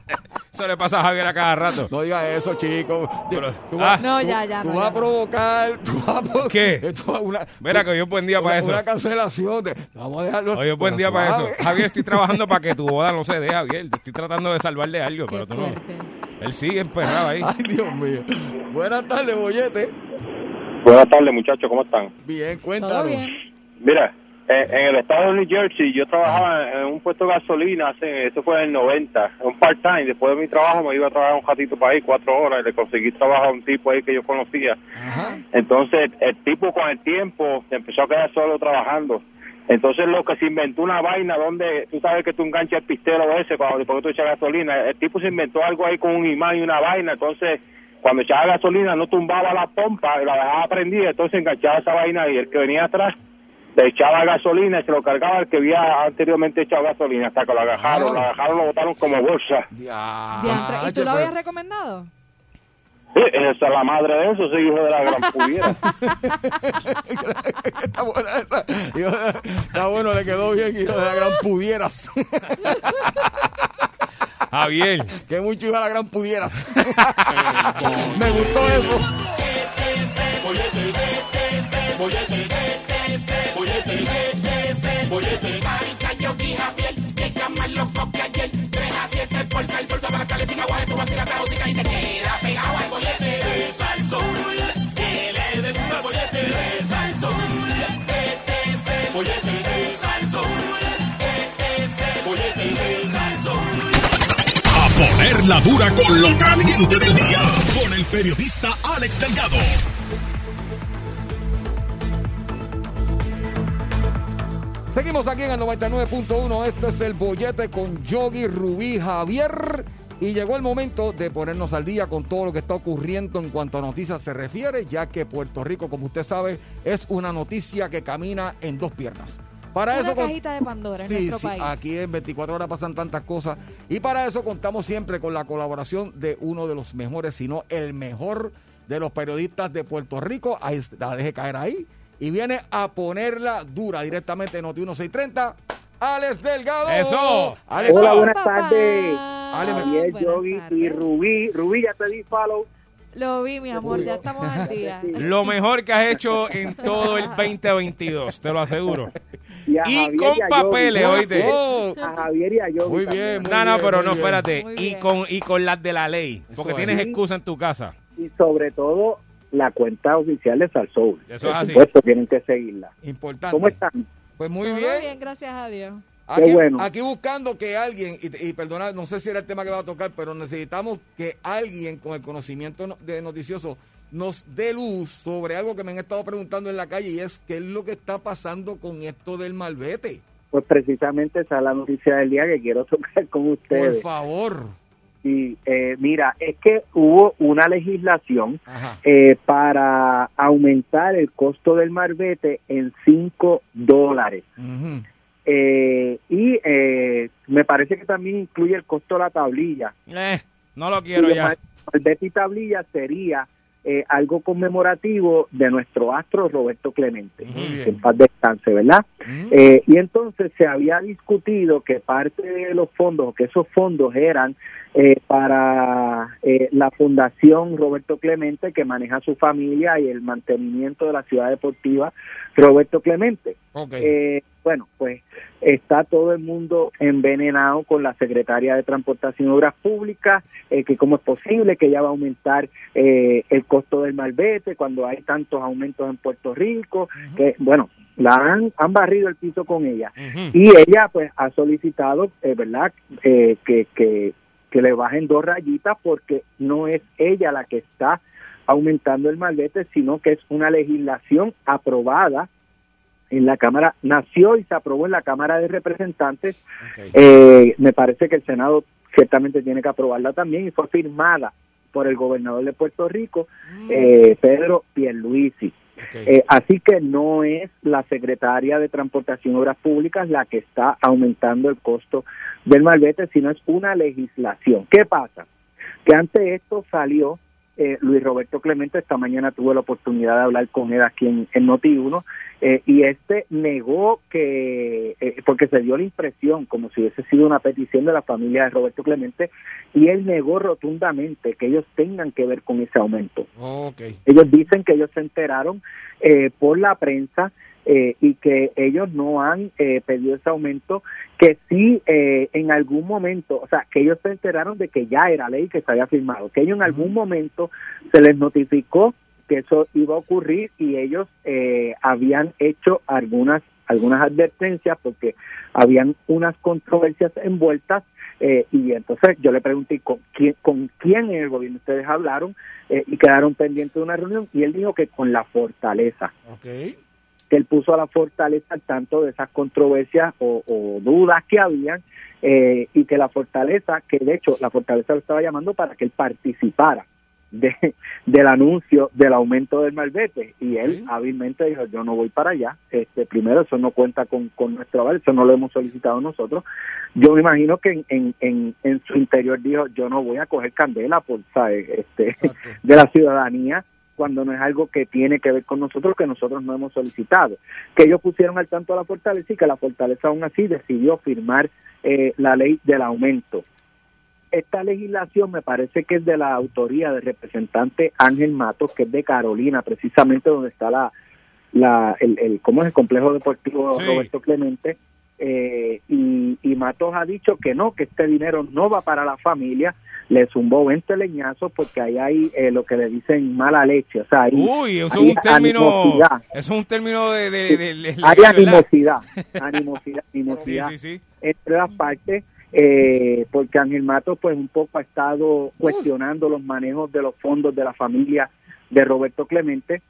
[SPEAKER 3] Eso le pasa a Javier a cada rato.
[SPEAKER 2] No digas eso, chicos.
[SPEAKER 3] Pero-
[SPEAKER 2] Tú
[SPEAKER 3] Ah.
[SPEAKER 2] vas-
[SPEAKER 5] No,
[SPEAKER 2] tú-
[SPEAKER 5] ya, ya,
[SPEAKER 2] Tú
[SPEAKER 5] no,
[SPEAKER 2] vas
[SPEAKER 5] ya,
[SPEAKER 2] a
[SPEAKER 5] no.
[SPEAKER 2] provocar. Tú vas a provocar.
[SPEAKER 3] ¿Qué?
[SPEAKER 2] Esto es una,
[SPEAKER 3] Mira que hoy es buen día
[SPEAKER 2] una-
[SPEAKER 3] para eso.
[SPEAKER 2] Una cancelación. De, vamos a dejarlo.
[SPEAKER 3] Oye, buen
[SPEAKER 2] pero
[SPEAKER 3] día para eso.
[SPEAKER 2] suave.
[SPEAKER 3] Javier, estoy trabajando para que tu boda no se dé, Javier. Te estoy tratando de salvarle algo,
[SPEAKER 5] Qué
[SPEAKER 3] pero tú no.
[SPEAKER 5] fuerte.
[SPEAKER 3] Él sigue emperrado ahí.
[SPEAKER 2] Ay, Dios mío. Buenas tardes, Boyete.
[SPEAKER 8] Buenas tardes, muchachos, ¿cómo están?
[SPEAKER 2] Bien, cuéntanos.
[SPEAKER 5] Todo bien.
[SPEAKER 8] Mira, eh, en el estado de New Jersey yo trabajaba en un puesto de gasolina, hace, eso fue en el 90, un part-time. Después de mi trabajo me iba a trabajar un ratito para ahí, cuatro horas, y le conseguí trabajo a un tipo ahí que yo conocía.
[SPEAKER 2] Ajá.
[SPEAKER 8] Entonces, el tipo con el tiempo se empezó a quedar solo trabajando. Entonces, lo que se inventó una vaina donde tú sabes que tú enganchas el pistero ese cuando después tú echas gasolina. El tipo se inventó algo ahí con un imán y una vaina. Entonces, cuando echaba gasolina, no tumbaba la pompa y la dejaba prendida. Entonces, enganchaba esa vaina y el que venía atrás le echaba gasolina y se lo cargaba el que había anteriormente echado gasolina. Hasta que lo agarraron, lo
[SPEAKER 3] Ah.
[SPEAKER 8] agarraron, lo botaron como bolsa.
[SPEAKER 5] Diantre, ¿Y tú
[SPEAKER 2] Diache,
[SPEAKER 5] lo habías
[SPEAKER 2] pero-
[SPEAKER 5] recomendado?
[SPEAKER 8] Sí, Esa es la madre de eso, ese hijo de la gran pudiera.
[SPEAKER 1] Ah,
[SPEAKER 2] Está buena esa. Hijo de- Está bueno, le quedó bien, hijo de la gran pudieras.
[SPEAKER 3] Javier.
[SPEAKER 2] que mucho hijo de la gran pudieras. Me gustó eso.
[SPEAKER 9] A poner la dura con lo caliente del día. Con el periodista Alex Delgado.
[SPEAKER 2] Seguimos aquí en el 99.1. Esto es el bollete con Yogi Rubí Javier. Y llegó el momento de ponernos al día con todo lo que está ocurriendo en cuanto a noticias se refiere, ya que Puerto Rico, como usted sabe, es una noticia que camina en dos piernas. Para
[SPEAKER 5] Una
[SPEAKER 2] eso con-
[SPEAKER 5] cajita de Pandora en
[SPEAKER 2] Sí,
[SPEAKER 5] nuestro
[SPEAKER 2] sí,
[SPEAKER 5] país.
[SPEAKER 2] aquí en 24 horas pasan tantas cosas y para eso contamos siempre con la colaboración de uno de los mejores, si no el mejor de los periodistas de Puerto Rico. Ahí está, la deje caer ahí y viene a ponerla dura directamente en Noti 1630. Alex Delgado.
[SPEAKER 3] Eso.
[SPEAKER 2] Alex,
[SPEAKER 10] Hola,
[SPEAKER 2] ah,
[SPEAKER 10] buenas
[SPEAKER 5] Papá.
[SPEAKER 10] tardes.
[SPEAKER 2] Ale, me-
[SPEAKER 10] Javier,
[SPEAKER 5] Buenas
[SPEAKER 10] Yogi y
[SPEAKER 5] tardes.
[SPEAKER 10] Rubí. Rubí, ya te di follow.
[SPEAKER 5] Lo vi, mi amor, ya estamos al día.
[SPEAKER 3] Lo mejor que has hecho en todo el 2022, te lo aseguro.
[SPEAKER 10] Y, a
[SPEAKER 3] Y
[SPEAKER 10] Javier
[SPEAKER 3] con
[SPEAKER 10] a Yogi.
[SPEAKER 3] papeles, oíste.
[SPEAKER 2] oh,
[SPEAKER 10] A Javier y a Yogi.
[SPEAKER 2] Muy
[SPEAKER 10] también.
[SPEAKER 2] bien, muy
[SPEAKER 3] No, no,
[SPEAKER 2] bien,
[SPEAKER 3] pero
[SPEAKER 2] muy
[SPEAKER 3] no,
[SPEAKER 2] bien.
[SPEAKER 3] espérate.
[SPEAKER 5] Muy
[SPEAKER 3] Y
[SPEAKER 5] bien.
[SPEAKER 3] con, y con las de la ley, porque
[SPEAKER 2] es.
[SPEAKER 3] tienes excusa en tu casa.
[SPEAKER 10] Y sobre todo, la cuenta oficial de Salsoul.
[SPEAKER 3] Eso es
[SPEAKER 10] Por
[SPEAKER 3] así.
[SPEAKER 10] supuesto, tienen que seguirla.
[SPEAKER 2] Importante.
[SPEAKER 10] ¿Cómo están?
[SPEAKER 2] Pues muy
[SPEAKER 5] Todo
[SPEAKER 2] bien.
[SPEAKER 5] gracias a Dios.
[SPEAKER 2] Aquí,
[SPEAKER 10] bueno.
[SPEAKER 2] aquí buscando que alguien, y, y perdona, no sé si era el tema que va a tocar, pero necesitamos que alguien con el conocimiento no- de noticioso nos dé luz sobre algo que me han estado preguntando en la calle y es qué es lo que está pasando con esto del malvete.
[SPEAKER 10] Pues precisamente esa es la noticia del día que quiero tocar con
[SPEAKER 2] Por
[SPEAKER 10] ustedes.
[SPEAKER 2] favor.
[SPEAKER 10] Y eh, mira, es que hubo una legislación
[SPEAKER 2] Ajá.
[SPEAKER 10] eh, para aumentar el costo del marbete en 5 dólares.
[SPEAKER 2] Ujú.
[SPEAKER 10] Eh, y eh, me parece que también incluye el costo de la tablilla.
[SPEAKER 3] Eh, no lo quiero
[SPEAKER 10] Y
[SPEAKER 3] ya.
[SPEAKER 10] el marbete y tablilla sería eh, algo conmemorativo de nuestro astro Roberto Clemente.
[SPEAKER 2] Muy
[SPEAKER 10] Que en
[SPEAKER 2] bien. Mm.
[SPEAKER 10] paz descanse, ¿verdad?
[SPEAKER 2] Ujú.
[SPEAKER 10] Eh, y entonces se había discutido que parte de los fondos, o que esos fondos eran eh, para eh, la Fundación Roberto Clemente, que maneja su familia y el mantenimiento de la ciudad deportiva Roberto Clemente.
[SPEAKER 2] Ok.
[SPEAKER 10] Eh, bueno, pues está todo el mundo envenenado con la secretaria de Transportación y Obras Públicas, eh, que cómo es posible que ella va a aumentar eh, el costo del malvete cuando hay tantos aumentos en Puerto Rico, que bueno, la han, han barrido el piso con ella.
[SPEAKER 3] Ujú.
[SPEAKER 10] Y ella pues ha solicitado, eh, ¿verdad?, Eh, que, que, que le bajen dos rayitas porque no es ella la que está aumentando el malvete, sino que es una legislación aprobada en la Cámara, nació y se aprobó en la Cámara de Representantes. Eh, me parece que el Senado ciertamente tiene que aprobarla también y fue firmada por el gobernador de Puerto Rico, eh, Pedro Pierluisi. Eh, así que no es la secretaria de Transportación y Obras Públicas la que está aumentando el costo del malvete, sino es una legislación. ¿Qué pasa? Que ante esto salió eh, Luis Roberto Clemente, esta mañana tuve la oportunidad de hablar con él aquí en, en Noti1, eh, y este negó que, eh, porque se dio la impresión, como si hubiese sido una petición de la familia de Roberto Clemente, y él negó rotundamente que ellos tengan que ver con ese aumento.
[SPEAKER 2] Ok.
[SPEAKER 10] Ellos dicen que ellos se enteraron eh, por la prensa eh, y que ellos no han eh, pedido ese aumento, que sí eh, en algún momento, o sea, que ellos se enteraron de que ya era ley que se había firmado, que ellos en algún momento se les notificó que eso iba a ocurrir y ellos eh, habían hecho algunas algunas advertencias porque habían unas controversias envueltas eh, y entonces yo le pregunté con quién con quién en el gobierno ustedes hablaron eh, y quedaron pendientes de una reunión y él dijo que con la fortaleza
[SPEAKER 11] Ok.
[SPEAKER 10] que él puso a la fortaleza al tanto de esas controversias o, o dudas que habían eh, y que la fortaleza, que de hecho la fortaleza lo estaba llamando para que él participara de, del anuncio del aumento del malvete y él hábilmente dijo yo no voy para allá, este primero eso no cuenta con, con nuestro aval, eso no lo hemos solicitado nosotros, yo me imagino que en, en, en, en su interior dijo yo no voy a coger candela por ¿sabes? este de la ciudadanía cuando no es algo que tiene que ver con nosotros, que nosotros no hemos solicitado. Que ellos pusieron al tanto a la fortaleza y que la fortaleza aún así decidió firmar eh, la ley del aumento. Esta legislación me parece que es de la autoría del representante Ángel Matos, que es de Carolina, precisamente donde está la, la el, el- ¿cómo es? el complejo deportivo
[SPEAKER 3] Sí.
[SPEAKER 10] Roberto Clemente. Eh, y, y Matos ha dicho que no, que este dinero no va para la familia. Le zumbó 20 leñazos porque ahí hay eh, lo que le dicen mala leche. O sea, ahí,
[SPEAKER 3] Uy, eso
[SPEAKER 10] ahí
[SPEAKER 3] es un término.
[SPEAKER 10] animosidad.
[SPEAKER 3] Eso es un término de. de, de, de- legal,
[SPEAKER 10] Hay
[SPEAKER 3] ¿verdad?
[SPEAKER 10] animosidad, animosidad, animosidad
[SPEAKER 3] Sí, sí, sí.
[SPEAKER 10] entre las partes, eh, porque Ángel Matos pues un poco ha estado cuestionando los manejos de los fondos de la familia de Roberto Clemente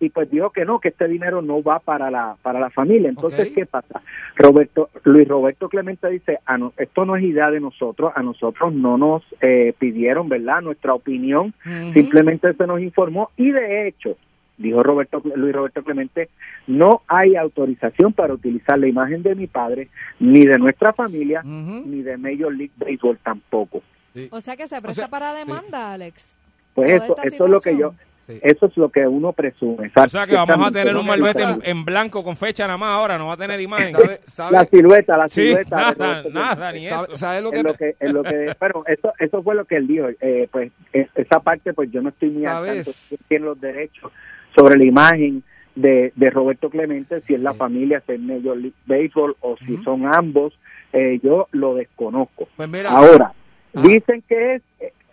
[SPEAKER 10] y pues dijo que no, que este dinero no va para la para la familia. Entonces,
[SPEAKER 11] Ok.
[SPEAKER 10] ¿qué pasa? Roberto Luis Roberto Clemente dice, "A no- esto no es idea de nosotros, a nosotros no nos eh, pidieron, ¿verdad? Nuestra opinión, simplemente se nos informó y de hecho, dijo Roberto Luis Roberto Clemente, no hay autorización para utilizar la imagen de mi padre, ni de nuestra familia,
[SPEAKER 2] Ujú.
[SPEAKER 10] ni de Major League Baseball tampoco.
[SPEAKER 11] Sí.
[SPEAKER 5] O sea que se presta
[SPEAKER 11] sea,
[SPEAKER 5] para demanda, Alex.
[SPEAKER 10] Pues
[SPEAKER 5] Toda
[SPEAKER 10] eso,
[SPEAKER 5] esta
[SPEAKER 10] eso es lo que yo,
[SPEAKER 5] situación.
[SPEAKER 11] Sí.
[SPEAKER 10] eso es lo que uno presume.
[SPEAKER 3] O sea que vamos a tener un malvete en,
[SPEAKER 10] Exactamente.
[SPEAKER 3] en blanco con fecha nada más ahora, no va a tener imagen.
[SPEAKER 2] ¿Sabe,
[SPEAKER 10] La
[SPEAKER 2] sabe,
[SPEAKER 10] silueta, la
[SPEAKER 3] Sí,
[SPEAKER 10] silueta. de
[SPEAKER 3] nada,
[SPEAKER 10] Roberto Clemente.
[SPEAKER 3] nada, ni eso.
[SPEAKER 2] sabe- sabe lo
[SPEAKER 10] Es
[SPEAKER 2] que,
[SPEAKER 10] lo que, es lo que, pero eso, eso fue lo que él dijo. Eh, pues es- esa parte, pues yo no estoy ni al
[SPEAKER 2] ¿Sabes?
[SPEAKER 10] tanto de quién tiene los derechos sobre la imagen de, de Roberto Clemente, si es la
[SPEAKER 11] Sí.
[SPEAKER 10] familia, si es Major League Baseball o si son ambos, eh, yo lo desconozco.
[SPEAKER 2] Pues mira,
[SPEAKER 10] Ahora,
[SPEAKER 2] Ah.
[SPEAKER 10] dicen que es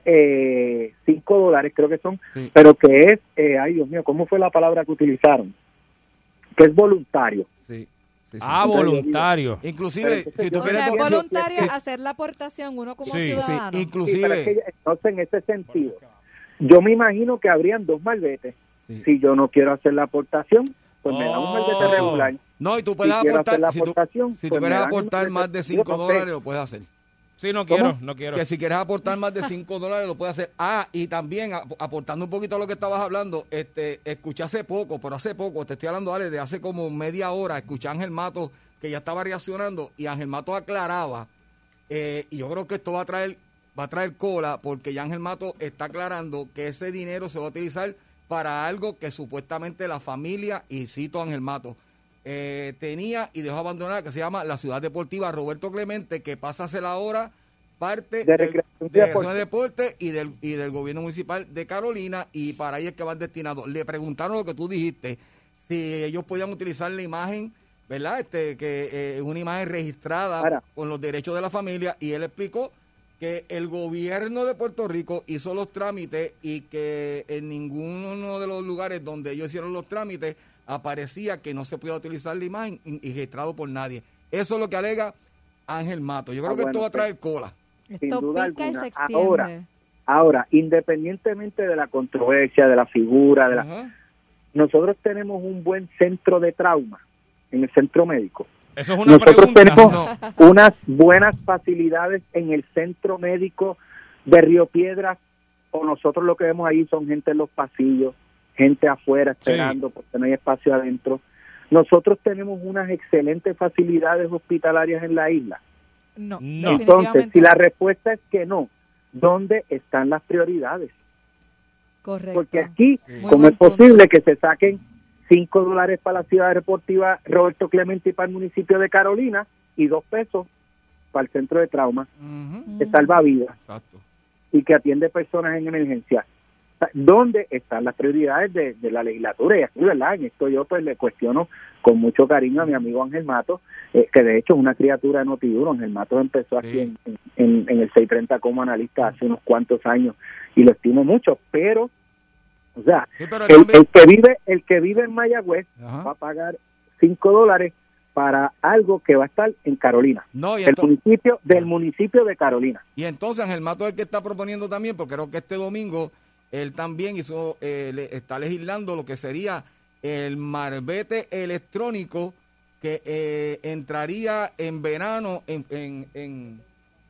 [SPEAKER 10] 5 dólares, creo que son,
[SPEAKER 2] Sí.
[SPEAKER 10] pero que es, eh, ay Dios mío, ¿cómo fue la palabra que utilizaron? Que es voluntario.
[SPEAKER 11] Sí. sí, sí.
[SPEAKER 3] Ah, voluntario.
[SPEAKER 2] inclusive,
[SPEAKER 10] Pero
[SPEAKER 2] si tú
[SPEAKER 10] yo-
[SPEAKER 5] O sea,
[SPEAKER 2] quieres
[SPEAKER 5] es
[SPEAKER 10] Pero
[SPEAKER 2] conseguir-
[SPEAKER 5] voluntario
[SPEAKER 2] sí,
[SPEAKER 5] hacer la aportación uno como
[SPEAKER 3] Sí, sí,
[SPEAKER 2] sí,
[SPEAKER 5] ciudadano.
[SPEAKER 10] Sí, pero es
[SPEAKER 2] inclusive,
[SPEAKER 10] que, entonces, en ese sentido, yo me imagino que habrían dos malbetes.
[SPEAKER 11] Sí.
[SPEAKER 10] Si yo no quiero hacer la aportación, pues me da un
[SPEAKER 3] Oh.
[SPEAKER 10] malvete regular.
[SPEAKER 2] no, y tú
[SPEAKER 10] Si
[SPEAKER 2] puedes
[SPEAKER 10] quiero hacer la
[SPEAKER 2] aportar, si tú,
[SPEAKER 10] aportación,
[SPEAKER 2] si tú
[SPEAKER 10] pues me
[SPEAKER 2] quieres
[SPEAKER 10] dan un
[SPEAKER 2] aportar
[SPEAKER 10] malvete.
[SPEAKER 2] más de
[SPEAKER 10] Yo
[SPEAKER 2] 5
[SPEAKER 10] no sé.
[SPEAKER 2] dólares, lo puedes hacer.
[SPEAKER 3] Sí, no
[SPEAKER 10] ¿Cómo?
[SPEAKER 3] quiero, no quiero.
[SPEAKER 2] Que si quieres aportar más de 5 dólares, lo puedes hacer. Ah, y también ap- aportando un poquito a lo que estabas hablando, este, escuché hace poco, pero hace poco, te estoy hablando, Ale, de hace como media hora, escuché a Ángel Mato que ya estaba reaccionando y Ángel Mato aclaraba. eh, y yo creo que esto va a traer va a traer cola porque ya Ángel Mato está aclarando que ese dinero se va a utilizar para algo que supuestamente la familia, y cito a Ángel Mato, eh, tenía y dejó abandonada, que se llama la ciudad deportiva Roberto Clemente, que pasa a ser ahora parte
[SPEAKER 10] De
[SPEAKER 2] del-
[SPEAKER 10] Recreación y
[SPEAKER 2] de
[SPEAKER 10] Deporte.
[SPEAKER 2] Recreación y Deporte y del, y del gobierno municipal de Carolina, y para ahí es que van destinados. Le preguntaron lo que tú dijiste, si ellos podían utilizar la imagen, ¿verdad? Este, que eh, es una imagen registrada
[SPEAKER 10] Ahora.
[SPEAKER 2] con los derechos de la familia, y él explicó que el gobierno de Puerto Rico hizo los trámites y que en ninguno de los lugares donde ellos hicieron los trámites aparecía que no se podía utilizar la imagen y y registrado por nadie. Eso es lo que alega Ángel Mato. Yo creo
[SPEAKER 10] Ah,
[SPEAKER 2] que esto
[SPEAKER 10] bueno,
[SPEAKER 2] va a traer cola.
[SPEAKER 10] sin
[SPEAKER 5] Esto pica
[SPEAKER 10] duda
[SPEAKER 5] y
[SPEAKER 10] alguna.
[SPEAKER 5] se extiende.
[SPEAKER 10] Ahora, Ahora, independientemente de la controversia, de la figura, de la,
[SPEAKER 2] Ajá.
[SPEAKER 10] nosotros tenemos un buen centro de trauma en el centro médico.
[SPEAKER 3] Eso es una
[SPEAKER 10] Nosotros
[SPEAKER 3] pregunta.
[SPEAKER 10] tenemos
[SPEAKER 3] No.
[SPEAKER 10] unas buenas facilidades en el centro médico de Río Piedras, o nosotros lo que vemos ahí son gente en los pasillos, gente afuera
[SPEAKER 3] Sí.
[SPEAKER 10] esperando porque no hay espacio adentro. Nosotros tenemos unas excelentes facilidades hospitalarias en la isla.
[SPEAKER 5] no,
[SPEAKER 3] No.
[SPEAKER 10] Entonces,
[SPEAKER 5] definitivamente
[SPEAKER 10] si la
[SPEAKER 5] no.
[SPEAKER 10] respuesta es que no, ¿dónde están las prioridades?
[SPEAKER 5] Correcto.
[SPEAKER 10] Porque aquí,
[SPEAKER 5] Muy
[SPEAKER 10] ¿cómo
[SPEAKER 5] buen
[SPEAKER 10] es
[SPEAKER 5] punto.
[SPEAKER 10] posible que se saquen 5 dólares para la ciudad deportiva Roberto Clemente y para el municipio de Carolina y 2 pesos para el centro de trauma
[SPEAKER 2] Ujú.
[SPEAKER 5] Mm.
[SPEAKER 10] que salva vidas
[SPEAKER 2] Exacto.
[SPEAKER 10] y que atiende personas en emergencia? ¿Dónde están las prioridades de, de la legislatura? Y aquí, ¿verdad? En esto yo pues le cuestiono con mucho cariño a mi amigo Ángel Mato, eh, que de hecho es una criatura de Notiduro. Ángel Mato empezó aquí
[SPEAKER 2] Sí.
[SPEAKER 10] en, en, en el 630 como analista hace unos cuantos años y lo estimo mucho, pero O sea,
[SPEAKER 2] Sí, pero
[SPEAKER 10] el,
[SPEAKER 2] también-
[SPEAKER 10] el que vive, el que vive en Mayagüez
[SPEAKER 2] Ajá.
[SPEAKER 10] va a pagar 5 dólares para algo que va a estar en Carolina,
[SPEAKER 2] No, y, Ah.
[SPEAKER 10] del
[SPEAKER 2] ento-
[SPEAKER 10] municipio, del municipio de Carolina.
[SPEAKER 2] y entonces Ángel Mato es el que está proponiendo también, porque creo que este domingo él también hizo, eh, le- está legislando lo que sería el marbete electrónico que eh, entraría en verano, en, en, en